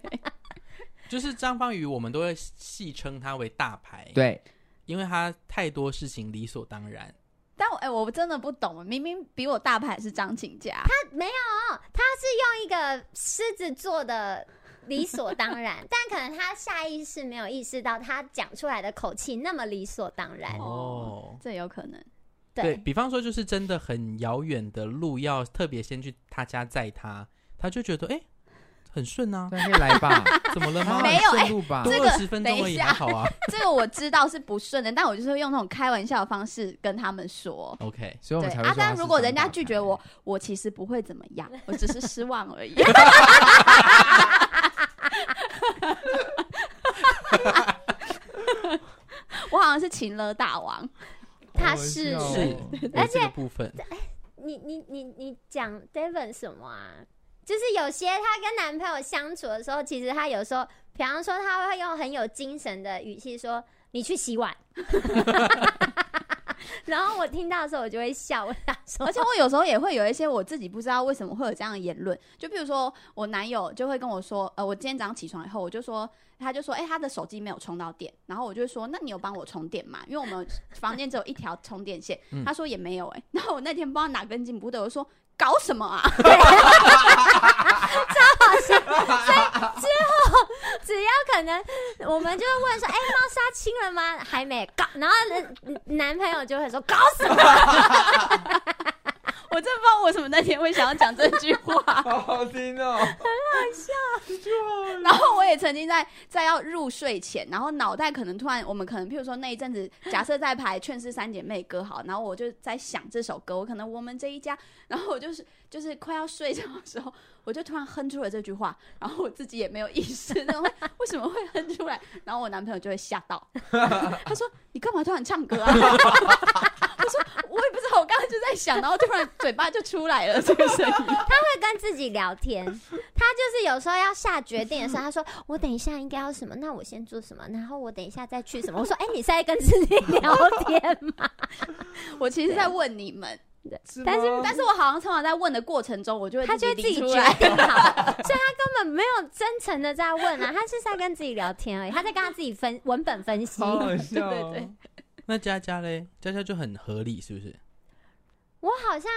[SPEAKER 1] 就是张方瑜，我们都会戏称他为大牌，，
[SPEAKER 2] 对，
[SPEAKER 1] 因为他太多事情理所当然。
[SPEAKER 3] 但我哎、我真的不懂，明明比我大牌是张景佳，
[SPEAKER 4] 用一个狮子座的。理所当然，但可能他下意识没有意识到，他讲出来的口气那么理所当然。
[SPEAKER 1] 哦，
[SPEAKER 3] 这有可能。
[SPEAKER 1] 对比方说，就是真的很遥远的路，要特别先去他家载他，他就觉得哎、诶很顺 啊，
[SPEAKER 2] 那可以来 吧，
[SPEAKER 1] 怎么了吗？
[SPEAKER 3] 没有哎
[SPEAKER 2] 顺路吧
[SPEAKER 1] 多
[SPEAKER 3] 这个
[SPEAKER 1] 二十分钟而
[SPEAKER 3] 等
[SPEAKER 1] 已，
[SPEAKER 3] 一下
[SPEAKER 1] 还好啊。
[SPEAKER 3] 这个我知道是不顺的，但我就是会用那种开玩笑的方式跟他们说。
[SPEAKER 1] OK，
[SPEAKER 2] 所以我
[SPEAKER 3] 对
[SPEAKER 2] 们才会
[SPEAKER 3] 啊
[SPEAKER 2] 说，她
[SPEAKER 3] 但
[SPEAKER 2] 是
[SPEAKER 3] 如果
[SPEAKER 2] 张
[SPEAKER 3] 人家
[SPEAKER 2] 大
[SPEAKER 3] 拒
[SPEAKER 2] 牌
[SPEAKER 3] 绝我，，我其实不会怎么样，我只是失望而已。 我好像是情勒大王，
[SPEAKER 4] 他
[SPEAKER 2] 好好
[SPEAKER 4] 是
[SPEAKER 2] 笑
[SPEAKER 1] 是
[SPEAKER 2] 哦，
[SPEAKER 1] 有这个部分，
[SPEAKER 4] 你你你你讲 Devon 什么啊？就是有些她跟男朋友相处的时候，其实她有时候，比方说她会用很有精神的语气说：“你去洗碗。” 然后我听到的时候，我就会笑，我想说，
[SPEAKER 3] 而且我有时候也会有一些我自己不知道为什么会有这样的言论，就比如说我男友就会跟我说，呃，我今天早上起床以后，我就说，他就说，哎、他的手机没有充到电，然后我就说，那你有帮我充电吗？因为我们房间只有一条充电线，
[SPEAKER 1] 嗯
[SPEAKER 3] 他说也没有、哎，然后我那天不知道哪根筋不对，我说搞什么啊？
[SPEAKER 4] 只要可能，我们就会问说：“哎、猫砂清了吗？还没搞。”然后呢男朋友就会说：“搞死了
[SPEAKER 3] 我真的不知道为什么那天会想要讲这句话。
[SPEAKER 2] 好好听 哦，
[SPEAKER 3] 然后我也曾经在在要入睡前，然后脑袋可能突然，我们可能譬如说那一阵子，假设在排《劝世三姐妹》歌好，然后我就在想这首歌，我可能我们这一家，然后我就是就是快要睡着的时候，我就突然哼出了这句话，然后我自己也没有意识，那种为什么会哼出来？然后我男朋友就会吓到，他说你干嘛突然唱歌啊？ 我说我也不知道，我刚刚就在想，然后突然嘴巴就出来了这个声音。！”
[SPEAKER 4] 会跟自己聊天。 他就是有时候要下决定的时候，他说：“我等一下应该要什么？那我先做什么？然后我等一下再去什么？”我说：“哎、你是在跟自己聊天吗
[SPEAKER 3] 我其
[SPEAKER 4] 啊
[SPEAKER 3] 实在问你们，
[SPEAKER 4] 但
[SPEAKER 2] 是吗
[SPEAKER 3] 但是我好像常常在问的过程中，我就？”会
[SPEAKER 4] 他就会自己
[SPEAKER 3] 理
[SPEAKER 4] 决
[SPEAKER 3] 出来。
[SPEAKER 4] 定好，所以他根本没有真诚的在问啊，他是在跟自己聊天而已，他在跟他自己分文本分析。
[SPEAKER 2] 好好笑哦，
[SPEAKER 3] 对对对
[SPEAKER 1] 那佳佳嘞，佳佳就很合理，是不是？
[SPEAKER 4] 我好像，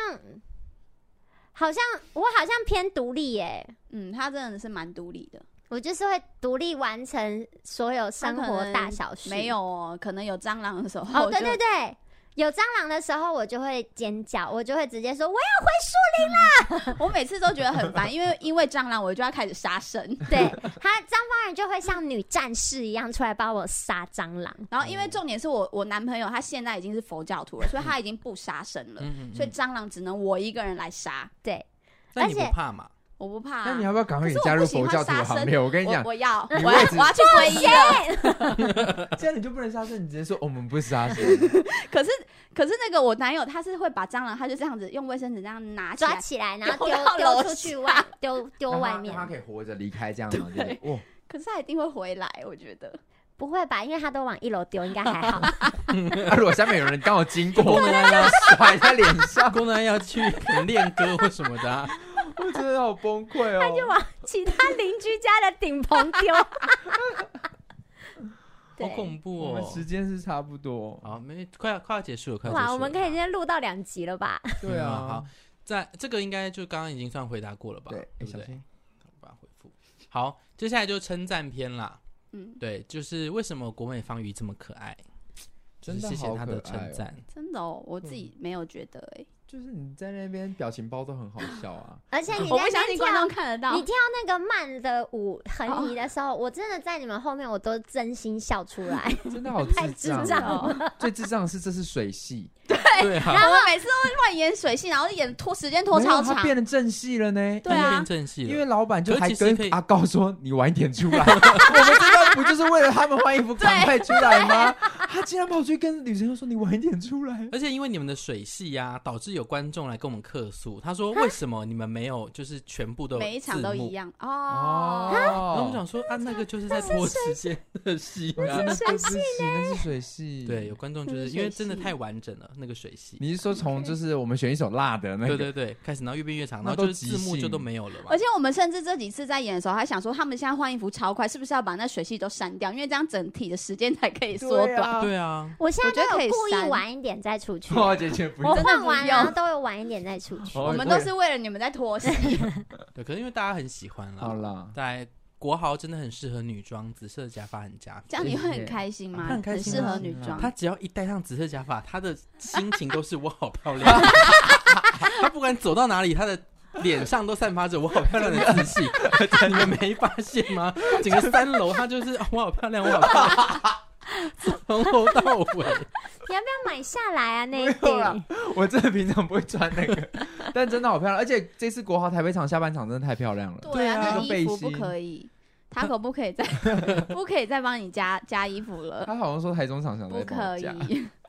[SPEAKER 4] 好像我好像偏独立耶、
[SPEAKER 3] 嗯，他真的是蛮独立的，
[SPEAKER 4] 我就是会独立完成所有生活大小事。
[SPEAKER 3] 没有哦，可能有蟑螂的时候，
[SPEAKER 4] 哦，对
[SPEAKER 3] 就
[SPEAKER 4] 对对，有蟑螂的时候我就会尖叫，我就会直接说我
[SPEAKER 3] 我每次都觉得很烦，因为因为蟑螂我就要开始杀生，
[SPEAKER 4] 要对他张方人就会像女战士一样出来帮我杀蟑螂。
[SPEAKER 3] 然后因为重点是我我男朋友他现在已经是佛教徒了，所以他已经不杀生了，
[SPEAKER 1] 嗯
[SPEAKER 3] 所以蟑螂只能我一个人来杀，
[SPEAKER 4] 对，
[SPEAKER 1] 那你不
[SPEAKER 4] 而且
[SPEAKER 1] 怕 嘛？
[SPEAKER 3] 我不怕、
[SPEAKER 2] 那
[SPEAKER 3] 啊
[SPEAKER 2] 你。要不要赶快也加入佛教徒的行列？我跟你
[SPEAKER 3] 我
[SPEAKER 2] 讲，
[SPEAKER 3] 我要我
[SPEAKER 2] 你
[SPEAKER 3] 要
[SPEAKER 2] 位置
[SPEAKER 3] 我要去皈依了，
[SPEAKER 2] 这样你就不能杀生，你直接说我们不杀 生，
[SPEAKER 3] 可是可是那个我男友他是会把蟑螂，他就这样子用卫生纸这样拿 起
[SPEAKER 4] 抓
[SPEAKER 3] 来，
[SPEAKER 4] 起来，然后
[SPEAKER 3] 丢
[SPEAKER 4] 丢
[SPEAKER 3] 到楼
[SPEAKER 4] 丢出去外，丢丢外面
[SPEAKER 2] 让。他可以活着离开这样嘛？对不对，哇，
[SPEAKER 3] 可是他一定会回来，我觉得。
[SPEAKER 4] 不会吧？因为他都往一楼丢，应该还 好。
[SPEAKER 2] 啊，如果下面有人刚好经过，
[SPEAKER 1] 功能
[SPEAKER 3] 啊
[SPEAKER 1] 安要，
[SPEAKER 2] 甩在脸 上，
[SPEAKER 1] 功能安要去可能练歌或什么的、啊，
[SPEAKER 2] 我真的好崩溃哦。
[SPEAKER 4] 就往其他邻居家的顶棚丢。
[SPEAKER 1] 好
[SPEAKER 4] 对
[SPEAKER 1] 恐怖
[SPEAKER 2] 我们时
[SPEAKER 1] 哦。
[SPEAKER 2] 间是差不多，
[SPEAKER 1] 好，没快要快要结束了，快要结束
[SPEAKER 4] 哇，
[SPEAKER 1] 了。
[SPEAKER 4] 我们可以今天录到两集了 吧？
[SPEAKER 2] 对
[SPEAKER 1] 嗯
[SPEAKER 2] 啊
[SPEAKER 1] 好，，在这个应该就刚刚已经算回答过了吧？
[SPEAKER 2] 对，哎
[SPEAKER 1] 不
[SPEAKER 2] 小
[SPEAKER 1] 对？
[SPEAKER 2] 心，
[SPEAKER 1] 把它回复。好，接下来就称赞篇啦。
[SPEAKER 3] 嗯，
[SPEAKER 1] 对，就是为什么国美方瑜这么可爱，
[SPEAKER 2] 真
[SPEAKER 1] 就
[SPEAKER 2] 的
[SPEAKER 1] 是谢谢
[SPEAKER 2] 好
[SPEAKER 1] 他
[SPEAKER 2] 可
[SPEAKER 1] 的
[SPEAKER 2] 爱
[SPEAKER 1] 称
[SPEAKER 2] 哦。
[SPEAKER 1] 赞。
[SPEAKER 3] 真的哦，我自己没有觉得哎、
[SPEAKER 2] 就是你在那边表情包都很好笑啊，
[SPEAKER 4] 而且你
[SPEAKER 3] 我
[SPEAKER 4] 在
[SPEAKER 3] 不相
[SPEAKER 4] 那边
[SPEAKER 3] 信观众
[SPEAKER 4] 跳，
[SPEAKER 3] 看得到
[SPEAKER 4] 你。跳那个慢的舞横移的时候，我真的在你们后面，我都真心笑出来。
[SPEAKER 2] 真的好
[SPEAKER 4] 太智
[SPEAKER 2] 障哦。
[SPEAKER 4] 障
[SPEAKER 3] 哦，
[SPEAKER 2] 最智障的是这是水系，
[SPEAKER 1] 对啊，
[SPEAKER 3] 然后每次都乱演水戏，然后演拖时间拖
[SPEAKER 2] 没有啊
[SPEAKER 3] 超
[SPEAKER 2] 他
[SPEAKER 3] 长，
[SPEAKER 2] 变成正戏了呢。
[SPEAKER 3] 对
[SPEAKER 1] 他
[SPEAKER 3] 啊
[SPEAKER 1] 变正戏
[SPEAKER 2] 因
[SPEAKER 1] 了
[SPEAKER 2] 为。老板就还
[SPEAKER 1] 可是
[SPEAKER 2] 跟
[SPEAKER 1] 其实可以
[SPEAKER 2] 阿告说：“你晚一点出来。”我们这道不就是为了他们换衣服赶快出来吗？他竟然跑去跟女生说：“你晚一点出来。
[SPEAKER 1] 而且因为你们的水戏呀、导致有观众来跟我们客诉，他说为什么你们没有就是全部都有
[SPEAKER 3] 每一场
[SPEAKER 1] 字
[SPEAKER 3] 都
[SPEAKER 1] 幕
[SPEAKER 3] 一。样哦。
[SPEAKER 1] 然后我们
[SPEAKER 2] 哦，
[SPEAKER 1] 想说啊，那个 就是在拖时间的戏
[SPEAKER 2] 我
[SPEAKER 1] 啊
[SPEAKER 2] 真。的对不起，那是水系。
[SPEAKER 1] 对，有，观众就是
[SPEAKER 4] 那
[SPEAKER 1] 因
[SPEAKER 4] 是
[SPEAKER 1] 为
[SPEAKER 4] 水
[SPEAKER 1] 真的
[SPEAKER 4] 戏
[SPEAKER 1] 太完整了，那个水戏。
[SPEAKER 2] 你是说从就是我们选一首辣的那
[SPEAKER 1] 对
[SPEAKER 2] 个？
[SPEAKER 1] 对对，开始然后越变越长，
[SPEAKER 2] 那
[SPEAKER 1] 然后
[SPEAKER 2] 都
[SPEAKER 1] 就是
[SPEAKER 2] 即
[SPEAKER 1] 字幕就
[SPEAKER 2] 兴
[SPEAKER 1] 都没有了嘛
[SPEAKER 3] 而。且我们甚至这几次在演的时候，还想说他们现在换衣服超快，是不是要把那水戏都删掉？因为这样整体的时间才可以缩
[SPEAKER 2] 对
[SPEAKER 3] 短。
[SPEAKER 2] 啊
[SPEAKER 1] 对啊，
[SPEAKER 4] 我现在
[SPEAKER 3] 我觉得
[SPEAKER 4] 都
[SPEAKER 3] 可以
[SPEAKER 4] 有故
[SPEAKER 3] 删
[SPEAKER 4] 意晚一点再出去，
[SPEAKER 2] 哦，姐姐不
[SPEAKER 4] 我
[SPEAKER 2] 用。
[SPEAKER 3] 真的
[SPEAKER 4] 换
[SPEAKER 3] 不
[SPEAKER 4] 完
[SPEAKER 3] 用
[SPEAKER 4] 然后都会晚一点再出去。
[SPEAKER 2] 哦
[SPEAKER 3] 我们都是为了你们在拖戏。
[SPEAKER 1] 对，可是因为大家很喜欢
[SPEAKER 2] 好
[SPEAKER 1] 了。
[SPEAKER 2] 啦，
[SPEAKER 1] 在国豪真的很适合女装，紫色的假发很加
[SPEAKER 3] 这
[SPEAKER 1] 分。
[SPEAKER 3] 样你会很开心吗？
[SPEAKER 1] 很开心
[SPEAKER 3] 适
[SPEAKER 1] 啊
[SPEAKER 3] 合女装。
[SPEAKER 1] 她只要一戴上紫色假发，她的心情都是 我好漂亮。她不管走到哪里，她的脸上都散发着我好漂亮的自信。你们没发现吗？整个三楼她就是哦我好漂亮，我好漂亮，从头到尾。
[SPEAKER 4] 你要不要买下来啊？那一
[SPEAKER 2] 没有啦
[SPEAKER 4] 顶
[SPEAKER 2] 我真的平常不会穿那个， 但真的好漂亮。而且这次国豪台北场下半场真的太漂亮了。
[SPEAKER 3] 对啊，
[SPEAKER 1] 对啊
[SPEAKER 3] 那
[SPEAKER 2] 那个
[SPEAKER 3] 衣
[SPEAKER 2] 背
[SPEAKER 3] 服不
[SPEAKER 2] 心
[SPEAKER 3] 可以，他可不可以再不可以再帮你加加衣服了？
[SPEAKER 2] 他好像说台中场想
[SPEAKER 3] 呃不
[SPEAKER 2] 再帮
[SPEAKER 3] 可
[SPEAKER 2] 我
[SPEAKER 3] 以
[SPEAKER 2] 加。。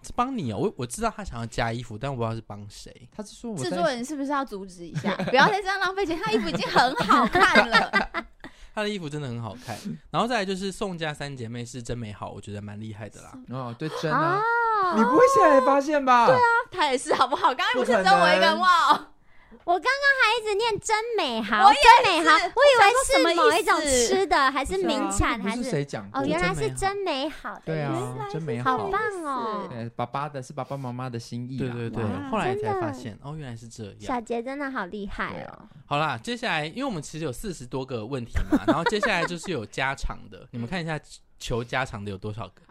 [SPEAKER 1] 是帮你哦，我我知道他想要加衣服，但我不知道是帮谁。
[SPEAKER 2] 他是说我
[SPEAKER 3] 制
[SPEAKER 2] 在
[SPEAKER 3] 作人是不是要阻止一下？不要再这样浪费钱，他衣服已经很好看了。
[SPEAKER 1] 他的衣服真的很好 看，然后再来就是宋家三姐妹是真美好，我觉得蛮厉害的啦。
[SPEAKER 2] 哦，对，真啊，
[SPEAKER 4] 哦，
[SPEAKER 2] 你不会现在才发现吧？对啊，
[SPEAKER 3] 他也是好不好？刚刚不是
[SPEAKER 2] 不可
[SPEAKER 3] 只有我一
[SPEAKER 2] 能
[SPEAKER 3] 个人哇哦，
[SPEAKER 4] 我刚刚还一直念真美好，
[SPEAKER 3] 我也
[SPEAKER 4] 真美好，
[SPEAKER 3] 是
[SPEAKER 4] 我以为
[SPEAKER 3] 我想
[SPEAKER 4] 是
[SPEAKER 3] 说
[SPEAKER 4] 某一种
[SPEAKER 3] 什么意思
[SPEAKER 4] 吃的，还是名产，
[SPEAKER 2] 不
[SPEAKER 4] 还
[SPEAKER 2] 是谁讲过？
[SPEAKER 4] 哦，原来是
[SPEAKER 1] 真
[SPEAKER 4] 真美好的
[SPEAKER 2] 对
[SPEAKER 4] 意思，
[SPEAKER 2] 啊，真美
[SPEAKER 4] 好
[SPEAKER 2] 好。
[SPEAKER 4] 棒哦！
[SPEAKER 2] 对，爸爸的是爸爸妈妈的心意
[SPEAKER 1] 对
[SPEAKER 2] 啦
[SPEAKER 1] 对对
[SPEAKER 2] 哇，
[SPEAKER 1] 后来
[SPEAKER 4] 真
[SPEAKER 1] 才
[SPEAKER 4] 的
[SPEAKER 1] 发现哦，原来是这样。
[SPEAKER 4] 小杰真的好厉害哦！
[SPEAKER 1] 好啦，接下来因为我们其实有四十多个问题嘛， 然后接下来就是有加长的，你们看一下求加长的有多少个，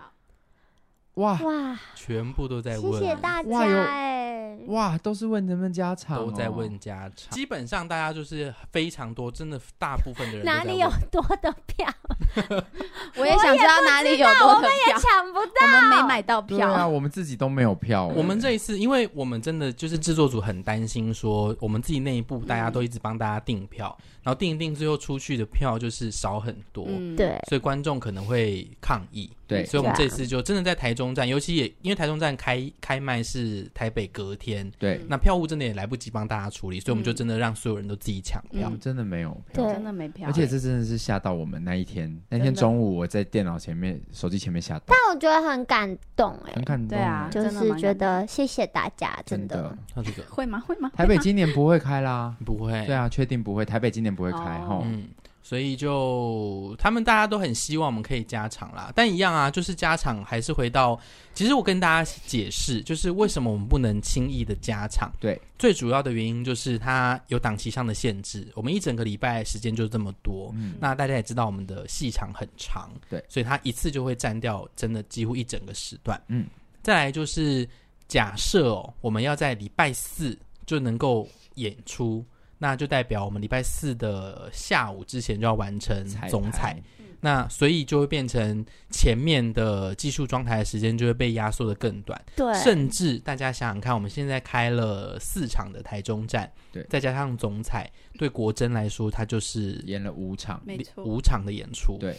[SPEAKER 2] 哇
[SPEAKER 4] 哇，
[SPEAKER 1] 全部都在
[SPEAKER 4] 谢
[SPEAKER 1] 问，啊
[SPEAKER 4] 谢大家
[SPEAKER 2] 哇有
[SPEAKER 4] 哎，
[SPEAKER 2] 哇，都是问人们家常哦，
[SPEAKER 1] 都在问家长。基本上大家就是非常多，真的大部分的人都在
[SPEAKER 4] 哪
[SPEAKER 1] 问
[SPEAKER 4] 里有多的票？
[SPEAKER 3] 我也想知道哪里有多
[SPEAKER 4] 我
[SPEAKER 3] 的
[SPEAKER 4] 们也
[SPEAKER 3] 票，
[SPEAKER 4] 抢不到，
[SPEAKER 3] 我们没买到
[SPEAKER 2] 对
[SPEAKER 3] 票。
[SPEAKER 2] 啊，我们自己都没有票，
[SPEAKER 1] 我们这一次，因为我们真的就是制作组很担心，说我们自己内部大家都一直帮大家订票，然后订一订，最后出去的票就是少很多，
[SPEAKER 3] 嗯，
[SPEAKER 4] 对，
[SPEAKER 1] 所以观众可能会抗议。
[SPEAKER 2] 对
[SPEAKER 1] 所以我们
[SPEAKER 4] 对
[SPEAKER 1] 这
[SPEAKER 4] 啊
[SPEAKER 1] 次就真的在台中站，尤其也因为台中站开开卖是台北隔天，
[SPEAKER 2] 对，
[SPEAKER 1] 那票务真的也来不及帮大家处理，所以我们就真的让所有人都自己抢
[SPEAKER 2] 我
[SPEAKER 3] 嗯
[SPEAKER 1] 票。
[SPEAKER 2] 们真的没有票。
[SPEAKER 4] 对
[SPEAKER 3] 真的没票欸，
[SPEAKER 2] 而且这真的是吓到我们那一天，那天
[SPEAKER 3] 真的
[SPEAKER 2] 中午我在电脑前面、手机前面吓到，
[SPEAKER 4] 但我觉得很感动哎
[SPEAKER 2] 很，感动。
[SPEAKER 3] 对啊
[SPEAKER 4] 就
[SPEAKER 3] 真的蛮
[SPEAKER 4] 是
[SPEAKER 3] 感
[SPEAKER 4] 觉得谢谢大家，真的
[SPEAKER 2] 的，
[SPEAKER 1] 那这个
[SPEAKER 3] 会吗？会吗？
[SPEAKER 2] 台北今年不会 开啦。
[SPEAKER 1] 不会，
[SPEAKER 2] 对啊，确定不会，台北今年不会开
[SPEAKER 3] 哦
[SPEAKER 2] 哈。吼
[SPEAKER 1] 嗯，所以就他们大家都很希望我们可以加场啦，但一样啊，就是加场还是回到，其实我跟大家解释，就是为什么我们不能轻易的加场，
[SPEAKER 2] 对，
[SPEAKER 1] 最主要的原因就是它有档期上的限制，我们一整个礼拜时间就这么多，
[SPEAKER 2] 嗯，
[SPEAKER 1] 那大家也知道我们的戏场很长，
[SPEAKER 2] 对
[SPEAKER 1] 所以它一次就会占掉真的几乎一整个时段。
[SPEAKER 2] 嗯，
[SPEAKER 1] 再来就是假设哦，我们要在礼拜四就能够演出，那就代表我们礼拜四的下午之前就要完成
[SPEAKER 2] 彩排
[SPEAKER 1] 嗯总彩，那所以就会变成前面的技术装台的时间就会被压缩的更短。
[SPEAKER 4] 对，
[SPEAKER 1] 甚至大家想想看，我们现在开了四场的台中站，
[SPEAKER 2] 对
[SPEAKER 1] 再加上总彩，对国珍来说，它就是
[SPEAKER 2] 演了五场，
[SPEAKER 3] 没错，
[SPEAKER 1] 五场的演出。
[SPEAKER 2] 对，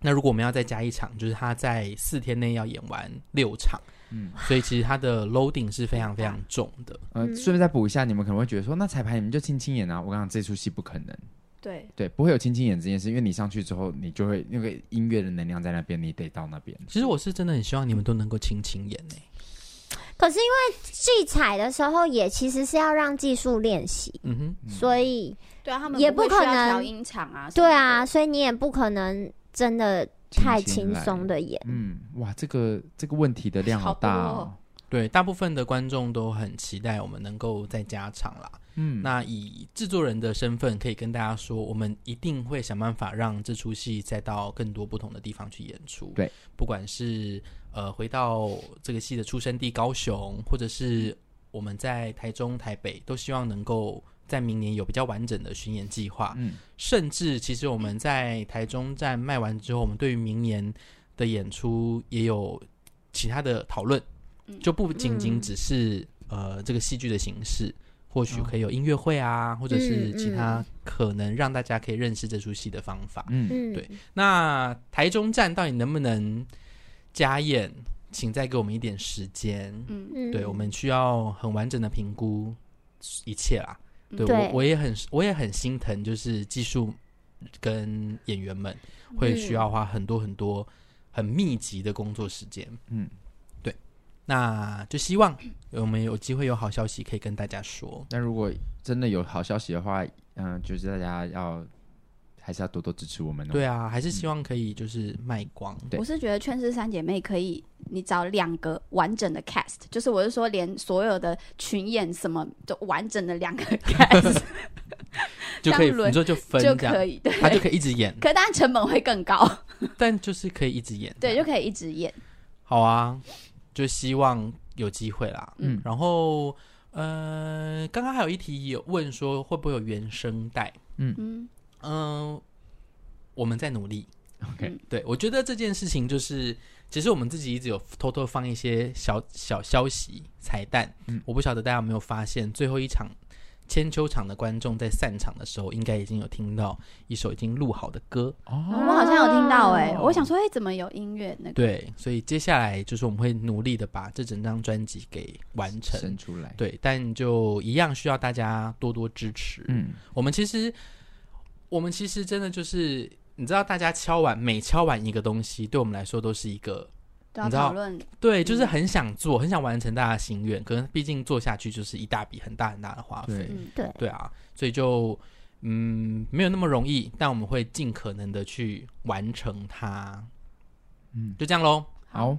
[SPEAKER 1] 那如果我们要再加一场，就是他在四天内要演完六场，
[SPEAKER 2] 嗯，
[SPEAKER 1] 所以其实他的 loading 是非常非常重的。
[SPEAKER 2] 呃，
[SPEAKER 4] 嗯
[SPEAKER 2] 顺便再补一下，你们可能会觉得说，那彩排你们就轻轻演啊。我跟你讲，这出戏不可能，
[SPEAKER 3] 对，
[SPEAKER 2] 对，不会有轻轻演这件事，因为你上去之后，你就会那个音乐的能量在那边，你得到那边。
[SPEAKER 1] 其实我是真的很希望你们都能够轻轻演欸诶、
[SPEAKER 4] 可是因为技彩的时候也其实是要让技术练习，
[SPEAKER 1] 嗯哼，
[SPEAKER 4] 所以
[SPEAKER 3] 对啊，他们
[SPEAKER 4] 也不
[SPEAKER 3] 不会
[SPEAKER 4] 可
[SPEAKER 3] 需要
[SPEAKER 4] 能
[SPEAKER 3] 调音场啊，
[SPEAKER 4] 对啊，，所以你也不可能真的太轻
[SPEAKER 2] 来
[SPEAKER 4] 松。的演。
[SPEAKER 2] 嗯，哇，这个这个问题的量好大
[SPEAKER 3] 好
[SPEAKER 2] 哦
[SPEAKER 3] 多哦。
[SPEAKER 1] 对，大部分的观众都很期待我们能够再加场啦。
[SPEAKER 2] 嗯，
[SPEAKER 1] 那以制作人的身份，可以跟大家说，我们一定会想办法让这出戏再到更多不同的地方去演出。
[SPEAKER 2] 对，
[SPEAKER 1] 不管是呃回到这个戏的出生地高雄，或者
[SPEAKER 2] 嗯
[SPEAKER 1] 是我们在台中、台北，都希望能够在明年有比较完整的巡演计划。
[SPEAKER 2] 嗯，
[SPEAKER 1] 甚至其实我们在台中站卖完之后，我们对于明年的演出也有其他的讨论，
[SPEAKER 3] 嗯
[SPEAKER 1] 就不仅仅
[SPEAKER 4] 嗯
[SPEAKER 1] 只是、呃这个戏剧的形式，或许
[SPEAKER 2] 哦
[SPEAKER 1] 可以有音乐会啊，或者是
[SPEAKER 4] 嗯
[SPEAKER 1] 其他
[SPEAKER 4] 嗯
[SPEAKER 1] 可能让大家可以认识这出戏的方法。
[SPEAKER 2] 嗯，
[SPEAKER 4] 嗯，
[SPEAKER 1] 对那台中站到底能不能加演？请再给我们一点时间，
[SPEAKER 3] 嗯，
[SPEAKER 4] 嗯，
[SPEAKER 1] 对我们需要很完整的评估一切啦。
[SPEAKER 3] 嗯
[SPEAKER 1] 对
[SPEAKER 4] 对
[SPEAKER 1] 我我也很我也很心疼，就是技术跟演员们
[SPEAKER 3] 嗯
[SPEAKER 4] 嗯
[SPEAKER 1] 会需要花很多很多很密集的工作时间。
[SPEAKER 2] 嗯，
[SPEAKER 1] 对，那就希望呃我们有机会有好消息可以跟大家说。
[SPEAKER 2] 那如果真的有好消息的话，嗯、就是大家要还是要多多支持我们哦。
[SPEAKER 1] 对啊，还是希望可以就是卖光。
[SPEAKER 2] 嗯对
[SPEAKER 3] 我是觉得《劝世三姐妹》可以，你找两个完整的 cast，就是我是说连所有的群演什么都完整的 两个 cast
[SPEAKER 1] 就可以
[SPEAKER 3] 这样轮
[SPEAKER 1] 你说就分
[SPEAKER 3] 就
[SPEAKER 1] 这样，
[SPEAKER 3] 可以，对。
[SPEAKER 1] 他就可以一直 演，
[SPEAKER 3] 可当然成本会更高，
[SPEAKER 1] 但就是可以一直演。
[SPEAKER 3] 对，就可以一直演。
[SPEAKER 1] 好啊，就希望有机会啦。
[SPEAKER 2] 嗯
[SPEAKER 1] 然后呃，刚刚还有一题有问说会不会有原声带？
[SPEAKER 3] 嗯，
[SPEAKER 1] 嗯，我们在努力。
[SPEAKER 2] ，OK，
[SPEAKER 3] 嗯
[SPEAKER 1] 对我觉得这件事情就是，其实我们自己一直有偷偷放一些小小消息彩蛋。
[SPEAKER 2] 嗯
[SPEAKER 1] 我不晓得大家有没有发现，最后一场千秋场的观众在散场的时候，应该已经有听到一首已经录好的歌。
[SPEAKER 3] 我
[SPEAKER 2] 哦，
[SPEAKER 3] 们好像有听到哎、
[SPEAKER 2] 哦
[SPEAKER 3] 我想说，哎、怎么有音乐那个？
[SPEAKER 1] 对，所以接下来就是我们会努力的把这整张专辑给完成
[SPEAKER 2] 伸。出来。
[SPEAKER 1] 对，但就一样需要大家多多支持。
[SPEAKER 2] 嗯，
[SPEAKER 1] 我们其实，我们其实真的就是，你知道，大家敲完每敲完一个东西，对我们来说都是一个
[SPEAKER 3] 都
[SPEAKER 1] 你
[SPEAKER 3] 要
[SPEAKER 1] 知道
[SPEAKER 3] 讨论，
[SPEAKER 1] 对，
[SPEAKER 2] 嗯
[SPEAKER 1] 就是很想做，很想完成大家的心愿，可能毕竟做下去就是一大笔很大很大的花费
[SPEAKER 2] 对，
[SPEAKER 3] 嗯，
[SPEAKER 4] 对，
[SPEAKER 1] 对啊，所以就嗯没有那么容易，但我们会尽可能的去完成它，
[SPEAKER 2] 嗯，
[SPEAKER 1] 就这样喽。
[SPEAKER 2] 好，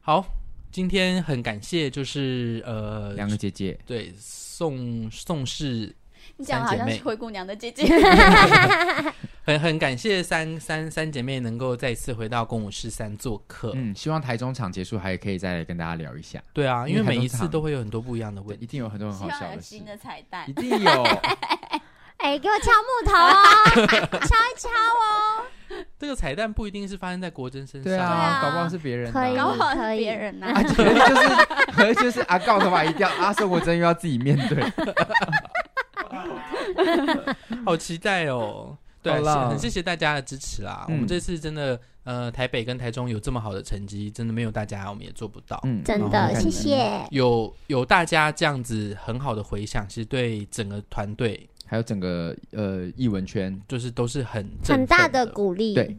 [SPEAKER 1] 好，今天很感谢，就是呃，
[SPEAKER 2] 两个姐姐，
[SPEAKER 1] 对宋宋氏
[SPEAKER 3] 你讲的好像
[SPEAKER 1] 三姐
[SPEAKER 3] 是
[SPEAKER 1] 妹
[SPEAKER 3] 灰姑娘的姐姐，
[SPEAKER 1] 很很感谢三三三姐妹能够再次回到公五十三做客。
[SPEAKER 2] 嗯，希望台中场结束还可以再来跟大家聊一下，
[SPEAKER 1] 对啊，因为
[SPEAKER 2] 因
[SPEAKER 1] 每
[SPEAKER 2] 为
[SPEAKER 1] 一
[SPEAKER 2] 台
[SPEAKER 1] 次
[SPEAKER 2] 中场
[SPEAKER 1] 都会有很多不一样的
[SPEAKER 2] 对
[SPEAKER 1] 问，题。
[SPEAKER 2] 一定有很多很
[SPEAKER 3] 希
[SPEAKER 2] 好
[SPEAKER 3] 望
[SPEAKER 2] 笑
[SPEAKER 3] 有
[SPEAKER 2] 的
[SPEAKER 3] 新
[SPEAKER 2] 事，
[SPEAKER 3] 的彩蛋
[SPEAKER 2] 一。定有，
[SPEAKER 4] 哎、给我敲木头哦， 敲一敲哦，
[SPEAKER 1] 这个彩蛋不一定是发生在国珍身上，
[SPEAKER 2] 对啊，搞不好是 别人的
[SPEAKER 4] 可以
[SPEAKER 3] 搞
[SPEAKER 2] 啊，
[SPEAKER 3] 不好是
[SPEAKER 4] 可以
[SPEAKER 3] 别人呐、
[SPEAKER 2] 啊，可能就是可能就是阿告头发一掉，阿生活真又要自己面对，
[SPEAKER 1] 好期待哦。对啊，
[SPEAKER 2] 好啦
[SPEAKER 1] 谢很谢谢大家的支持啦！
[SPEAKER 2] 嗯
[SPEAKER 1] 我们这次真的，呃，台北跟台中有这么好的成绩，真的没有大家我们也做不到。
[SPEAKER 2] 嗯，
[SPEAKER 4] 真
[SPEAKER 1] 然
[SPEAKER 4] 的，
[SPEAKER 1] 后
[SPEAKER 4] 谢谢。
[SPEAKER 1] 有有大家这样子很好的回响，其实对整个团队
[SPEAKER 2] 还有整个呃艺文圈，
[SPEAKER 1] 就是都是很振
[SPEAKER 4] 很大
[SPEAKER 1] 奋
[SPEAKER 4] 的
[SPEAKER 1] 的
[SPEAKER 4] 鼓励，
[SPEAKER 2] 对，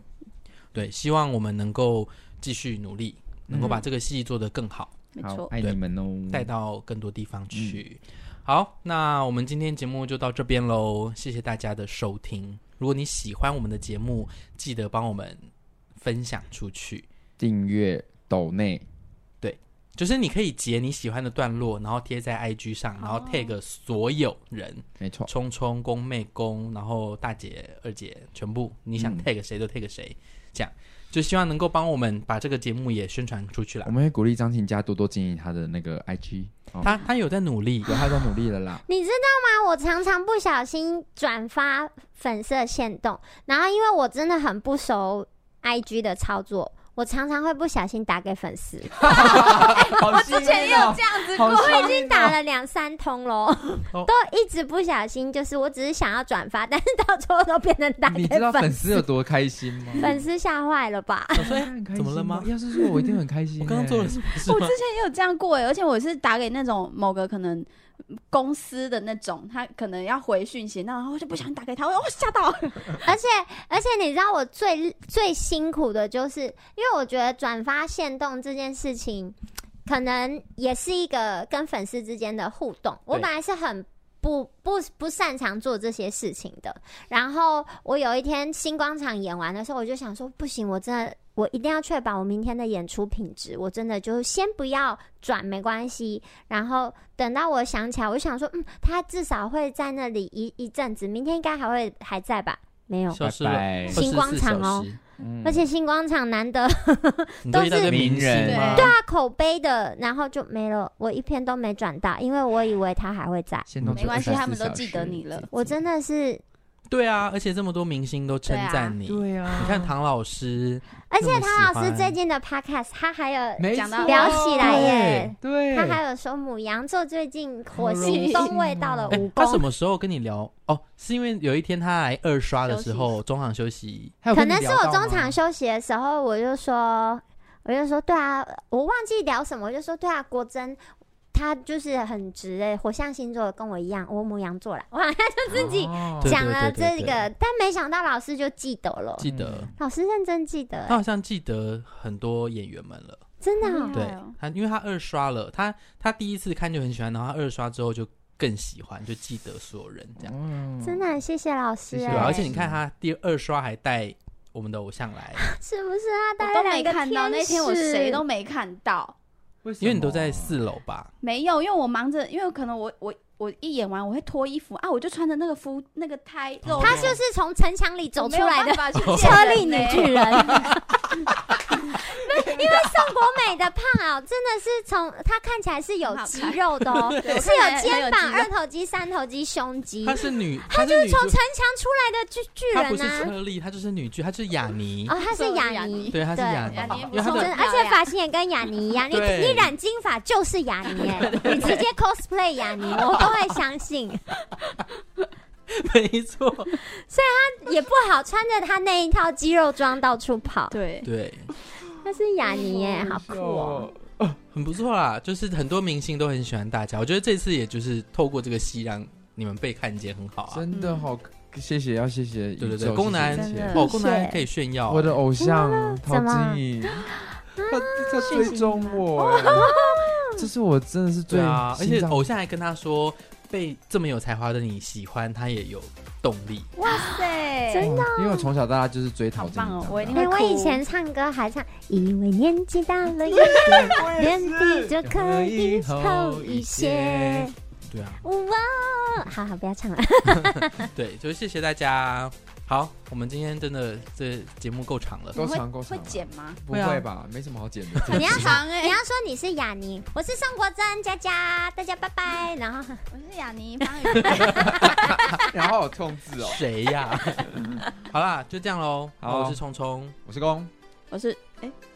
[SPEAKER 1] 对，希望我们能够继续努力，能够把这个戏做得更好，
[SPEAKER 3] 没
[SPEAKER 2] 好
[SPEAKER 3] 错，，
[SPEAKER 2] 爱你们哦，
[SPEAKER 1] 带到更多地方去。好，那我们今天节目就到这边喽，谢谢大家的收听。如果你喜欢我们的节目，记得帮我们分享出去。
[SPEAKER 2] 订阅抖内，
[SPEAKER 1] 就是你可以截你喜欢的段落，然后贴在 IG 上，然后 tag 所有人，
[SPEAKER 2] 没错，
[SPEAKER 1] 冲冲公妹公，然后大姐、二姐，全部你想
[SPEAKER 2] 嗯
[SPEAKER 1] tag 谁就 tag 谁，这样就希望能够帮我们把这个节目也宣传出去啦
[SPEAKER 2] 我。们会鼓励张琴佳多多经营她的那个 IG，哦
[SPEAKER 1] 他他有在努力，
[SPEAKER 2] 有她在努力了啦，
[SPEAKER 4] 你知道吗？我常常不小心转发粉色线动，然后因为我真的很不熟 IG 的操作，我常常会不小心打给粉 丝，
[SPEAKER 2] 我之
[SPEAKER 3] 之前也有这样子过，
[SPEAKER 2] 我
[SPEAKER 4] 已经打了两三通喽，
[SPEAKER 1] 哦
[SPEAKER 4] 都一直不小心，就是我只是想要转发，但是到最后都变成打
[SPEAKER 2] 你
[SPEAKER 4] 给
[SPEAKER 2] 知道粉
[SPEAKER 4] 粉
[SPEAKER 2] 丝有多开心吗？
[SPEAKER 4] 粉丝吓坏了吧？
[SPEAKER 1] 我说哎
[SPEAKER 2] 很开心
[SPEAKER 1] 怎么了吗
[SPEAKER 2] 吗？？要是说我一定很开心欸、
[SPEAKER 1] 我刚刚做了什么事
[SPEAKER 3] 我
[SPEAKER 1] 吗
[SPEAKER 3] 之？前也有这样过哎，而且我是打给那种某个可能公司的那种，他可能要回讯息，那然后我就不想打给他，我我 吓到，
[SPEAKER 4] 而且而且你知道我最最辛苦的就是，因为我觉得转发限动这件事情，可能也是一个跟粉丝之间的互动。我本来是很。不不不擅长做这些事情的。然后我有一天星光场演完的时候，我就想说，不行，我真的我一定要确保我明天的演出品质。我真的就先不要转，没关系。然后等到我想起来，我就想说，嗯，他至少会在那里一一阵子，明天应该还会还在吧？没有，
[SPEAKER 1] 消失
[SPEAKER 2] 拜
[SPEAKER 1] 了
[SPEAKER 2] 拜
[SPEAKER 4] 星光场哦
[SPEAKER 1] 24小时，
[SPEAKER 2] 嗯
[SPEAKER 4] 而且星光场难 得
[SPEAKER 1] 你都遇到一
[SPEAKER 4] 都
[SPEAKER 1] 个
[SPEAKER 4] 是
[SPEAKER 1] 名人吗？
[SPEAKER 3] 对
[SPEAKER 4] 大口碑的，然后就没了，我一篇都没转到，因为我以为他还会在。
[SPEAKER 2] 现动
[SPEAKER 3] 没关系，
[SPEAKER 2] 24
[SPEAKER 3] 他们都
[SPEAKER 2] 小时
[SPEAKER 3] 记得你了。
[SPEAKER 4] 我真的是，
[SPEAKER 1] 对啊，而且这么多明星都称赞你。
[SPEAKER 2] 对啊，
[SPEAKER 1] 你看唐老师，
[SPEAKER 4] 而且
[SPEAKER 1] 那么喜
[SPEAKER 4] 唐
[SPEAKER 1] 欢
[SPEAKER 4] 老师最近的 podcast，他还有
[SPEAKER 2] 没
[SPEAKER 3] 讲到
[SPEAKER 4] 聊起来耶，
[SPEAKER 2] 对，
[SPEAKER 4] 他
[SPEAKER 2] 对
[SPEAKER 4] 还有说母羊座最近火
[SPEAKER 2] 好荣
[SPEAKER 4] 星
[SPEAKER 2] 幸
[SPEAKER 4] 东位到了
[SPEAKER 2] 哦
[SPEAKER 1] 哎
[SPEAKER 4] 五，
[SPEAKER 1] 他什
[SPEAKER 4] 宫，
[SPEAKER 1] 么时候跟你聊？哦，是因为有一天他来二刷的时候，中场休息，
[SPEAKER 2] 还有
[SPEAKER 4] 可
[SPEAKER 2] 跟你
[SPEAKER 4] 能是我
[SPEAKER 2] 聊到吗
[SPEAKER 4] 中场休息的时候，我就说，我就说对啊，我忘记聊什么，我就说对啊，国珍。他就是很直诶、火象星座跟我一样，我母羊座啦，我好像就自己
[SPEAKER 2] 哦
[SPEAKER 1] 对
[SPEAKER 4] 讲了
[SPEAKER 1] 对对
[SPEAKER 4] 这
[SPEAKER 1] 对
[SPEAKER 4] 个，但没想到老师就记得了，
[SPEAKER 1] 记得
[SPEAKER 2] 嗯
[SPEAKER 4] 老师认真记得、欸
[SPEAKER 1] 他好像记得很多演员们了。
[SPEAKER 4] 真的、
[SPEAKER 3] 嗯
[SPEAKER 4] 哦。
[SPEAKER 1] 对
[SPEAKER 3] 哎呦
[SPEAKER 1] 他，因为他二刷了，他他第一次看就很喜欢，然后他二刷之后就更喜欢，就记得所有人这样。
[SPEAKER 2] 嗯
[SPEAKER 4] 真的很谢谢老师、
[SPEAKER 2] 谢谢
[SPEAKER 1] 对啊，
[SPEAKER 2] 老
[SPEAKER 1] 而
[SPEAKER 4] 哎，
[SPEAKER 2] 师
[SPEAKER 1] 且你看他第二刷还带我们的偶像来，
[SPEAKER 4] 是不是啊？
[SPEAKER 3] 我
[SPEAKER 4] 大
[SPEAKER 3] 都
[SPEAKER 4] 概两
[SPEAKER 3] 没
[SPEAKER 4] 个
[SPEAKER 3] 看到那天，我
[SPEAKER 4] 使
[SPEAKER 3] 谁都没看到，
[SPEAKER 1] 因为你都在四楼吧？
[SPEAKER 3] 没有，因为我忙着，因为可能我我我一演完我会脱衣服啊，我就穿着那个服那个胎肉，
[SPEAKER 4] 他就是从城墙里走出来的
[SPEAKER 3] 的
[SPEAKER 4] 车力女巨人。 那因为宋国美的胖啊，真的是从她看起来是有肌肉的 哦，
[SPEAKER 3] 对我
[SPEAKER 4] 是
[SPEAKER 3] 看起来
[SPEAKER 4] 有肩
[SPEAKER 3] 很有
[SPEAKER 4] 膀、
[SPEAKER 3] 肌肉
[SPEAKER 4] 二头肌、三头肌、胸肌
[SPEAKER 1] 她。是女，
[SPEAKER 4] 她
[SPEAKER 1] 她
[SPEAKER 4] 就是
[SPEAKER 1] 女
[SPEAKER 4] 从
[SPEAKER 1] 主
[SPEAKER 4] 城墙出来的巨巨
[SPEAKER 1] 她不
[SPEAKER 4] 人
[SPEAKER 1] 是
[SPEAKER 4] 啊！
[SPEAKER 1] 车丽，她就是女巨，她就是雅尼。
[SPEAKER 4] 哦，她是雅尼，
[SPEAKER 1] 对，她是雅
[SPEAKER 3] 雅尼
[SPEAKER 1] 尼，因
[SPEAKER 3] 不
[SPEAKER 1] 为她
[SPEAKER 4] 真
[SPEAKER 3] 错
[SPEAKER 1] 的
[SPEAKER 4] 的，而且发型也跟雅尼一样，你
[SPEAKER 1] 对
[SPEAKER 4] 你染金发就是雅 尼哎，你直接 cosplay 雅尼，我都会相信。
[SPEAKER 1] 没错，
[SPEAKER 4] 也不好穿着他那一套肌肉装到处跑。
[SPEAKER 3] 对，
[SPEAKER 1] 对，
[SPEAKER 4] 他是雅尼
[SPEAKER 3] 嗯
[SPEAKER 4] 耶，好酷哦！
[SPEAKER 1] 很不错啦。就是很多明星都很喜欢大家，我觉得这次也就是透过这个戏让你们被看见，很好啊。
[SPEAKER 2] 真的好，谢谢要谢谢宇宙，
[SPEAKER 1] 对对对
[SPEAKER 2] 谢谢
[SPEAKER 1] 宫南
[SPEAKER 2] 一切
[SPEAKER 3] 真的
[SPEAKER 1] 啊哦，宫南可以炫耀，
[SPEAKER 2] 我的偶像陶
[SPEAKER 4] 怎么啊
[SPEAKER 2] 晶莹，他在追踪我、哎
[SPEAKER 4] 哦
[SPEAKER 2] 这是我真的是最
[SPEAKER 1] 对啊，而
[SPEAKER 2] 心
[SPEAKER 1] 且
[SPEAKER 2] 脏
[SPEAKER 1] 偶像还跟他说，被这么有才华的你喜欢，他也有动力。
[SPEAKER 3] 哇塞，
[SPEAKER 4] 真的
[SPEAKER 2] 嗯因为我从小到大就是追陶
[SPEAKER 3] 好
[SPEAKER 2] 晶
[SPEAKER 3] 棒
[SPEAKER 2] 莹
[SPEAKER 3] 哦
[SPEAKER 2] 长！
[SPEAKER 3] 我一定
[SPEAKER 2] 大
[SPEAKER 3] 会
[SPEAKER 4] 哎，
[SPEAKER 3] 哭。
[SPEAKER 4] 我以前唱歌还唱，因为年纪大了一点，脸皮就可以厚一些。
[SPEAKER 1] 对啊，
[SPEAKER 4] 哇，好好不要唱 了。
[SPEAKER 1] 对，就谢谢大家。好，我们今天真的这节目够长了。
[SPEAKER 2] 够
[SPEAKER 3] 你会
[SPEAKER 2] 长够长
[SPEAKER 3] 会
[SPEAKER 2] 了，
[SPEAKER 3] 剪吗？
[SPEAKER 2] 不
[SPEAKER 1] 会啊
[SPEAKER 2] 会吧？没什么好剪 的。
[SPEAKER 4] 你要
[SPEAKER 3] 很长哎
[SPEAKER 4] 你要说你是雅尼，我是宋国珍佳佳，大家拜拜。然后
[SPEAKER 3] 我是雅尼方 宇，
[SPEAKER 2] 然后好控制哦。
[SPEAKER 1] 谁呀？ 好啦，就这样喽。
[SPEAKER 2] 好
[SPEAKER 1] 我是聪聪，
[SPEAKER 2] 我是公，
[SPEAKER 3] 我是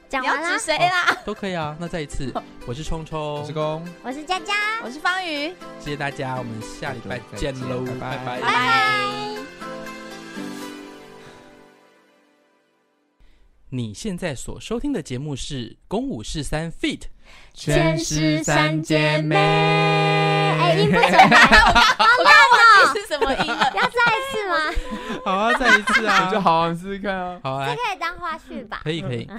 [SPEAKER 4] 讲
[SPEAKER 3] 你要
[SPEAKER 4] 完啦哦
[SPEAKER 3] 指，谁啦？
[SPEAKER 1] 都可以啊。那再一 次，我是聪
[SPEAKER 2] 我
[SPEAKER 1] 聪
[SPEAKER 2] 是，公，
[SPEAKER 4] 我是佳佳，
[SPEAKER 3] 我是方宇，
[SPEAKER 1] 谢谢大家，我们下礼拜见喽，
[SPEAKER 2] 拜
[SPEAKER 1] 拜
[SPEAKER 2] 拜
[SPEAKER 3] 拜拜。
[SPEAKER 1] 你现在所收听的节目是《公五十三 Fit》，
[SPEAKER 4] 全是三姐妹 哎，音不准，
[SPEAKER 3] 忘记是什么音啊了。
[SPEAKER 4] 要再一次吗？
[SPEAKER 1] 好啊，再一次
[SPEAKER 2] 你就好好试试看啊。
[SPEAKER 1] 好啊，
[SPEAKER 4] 可以当花絮吧。
[SPEAKER 1] 可以可以。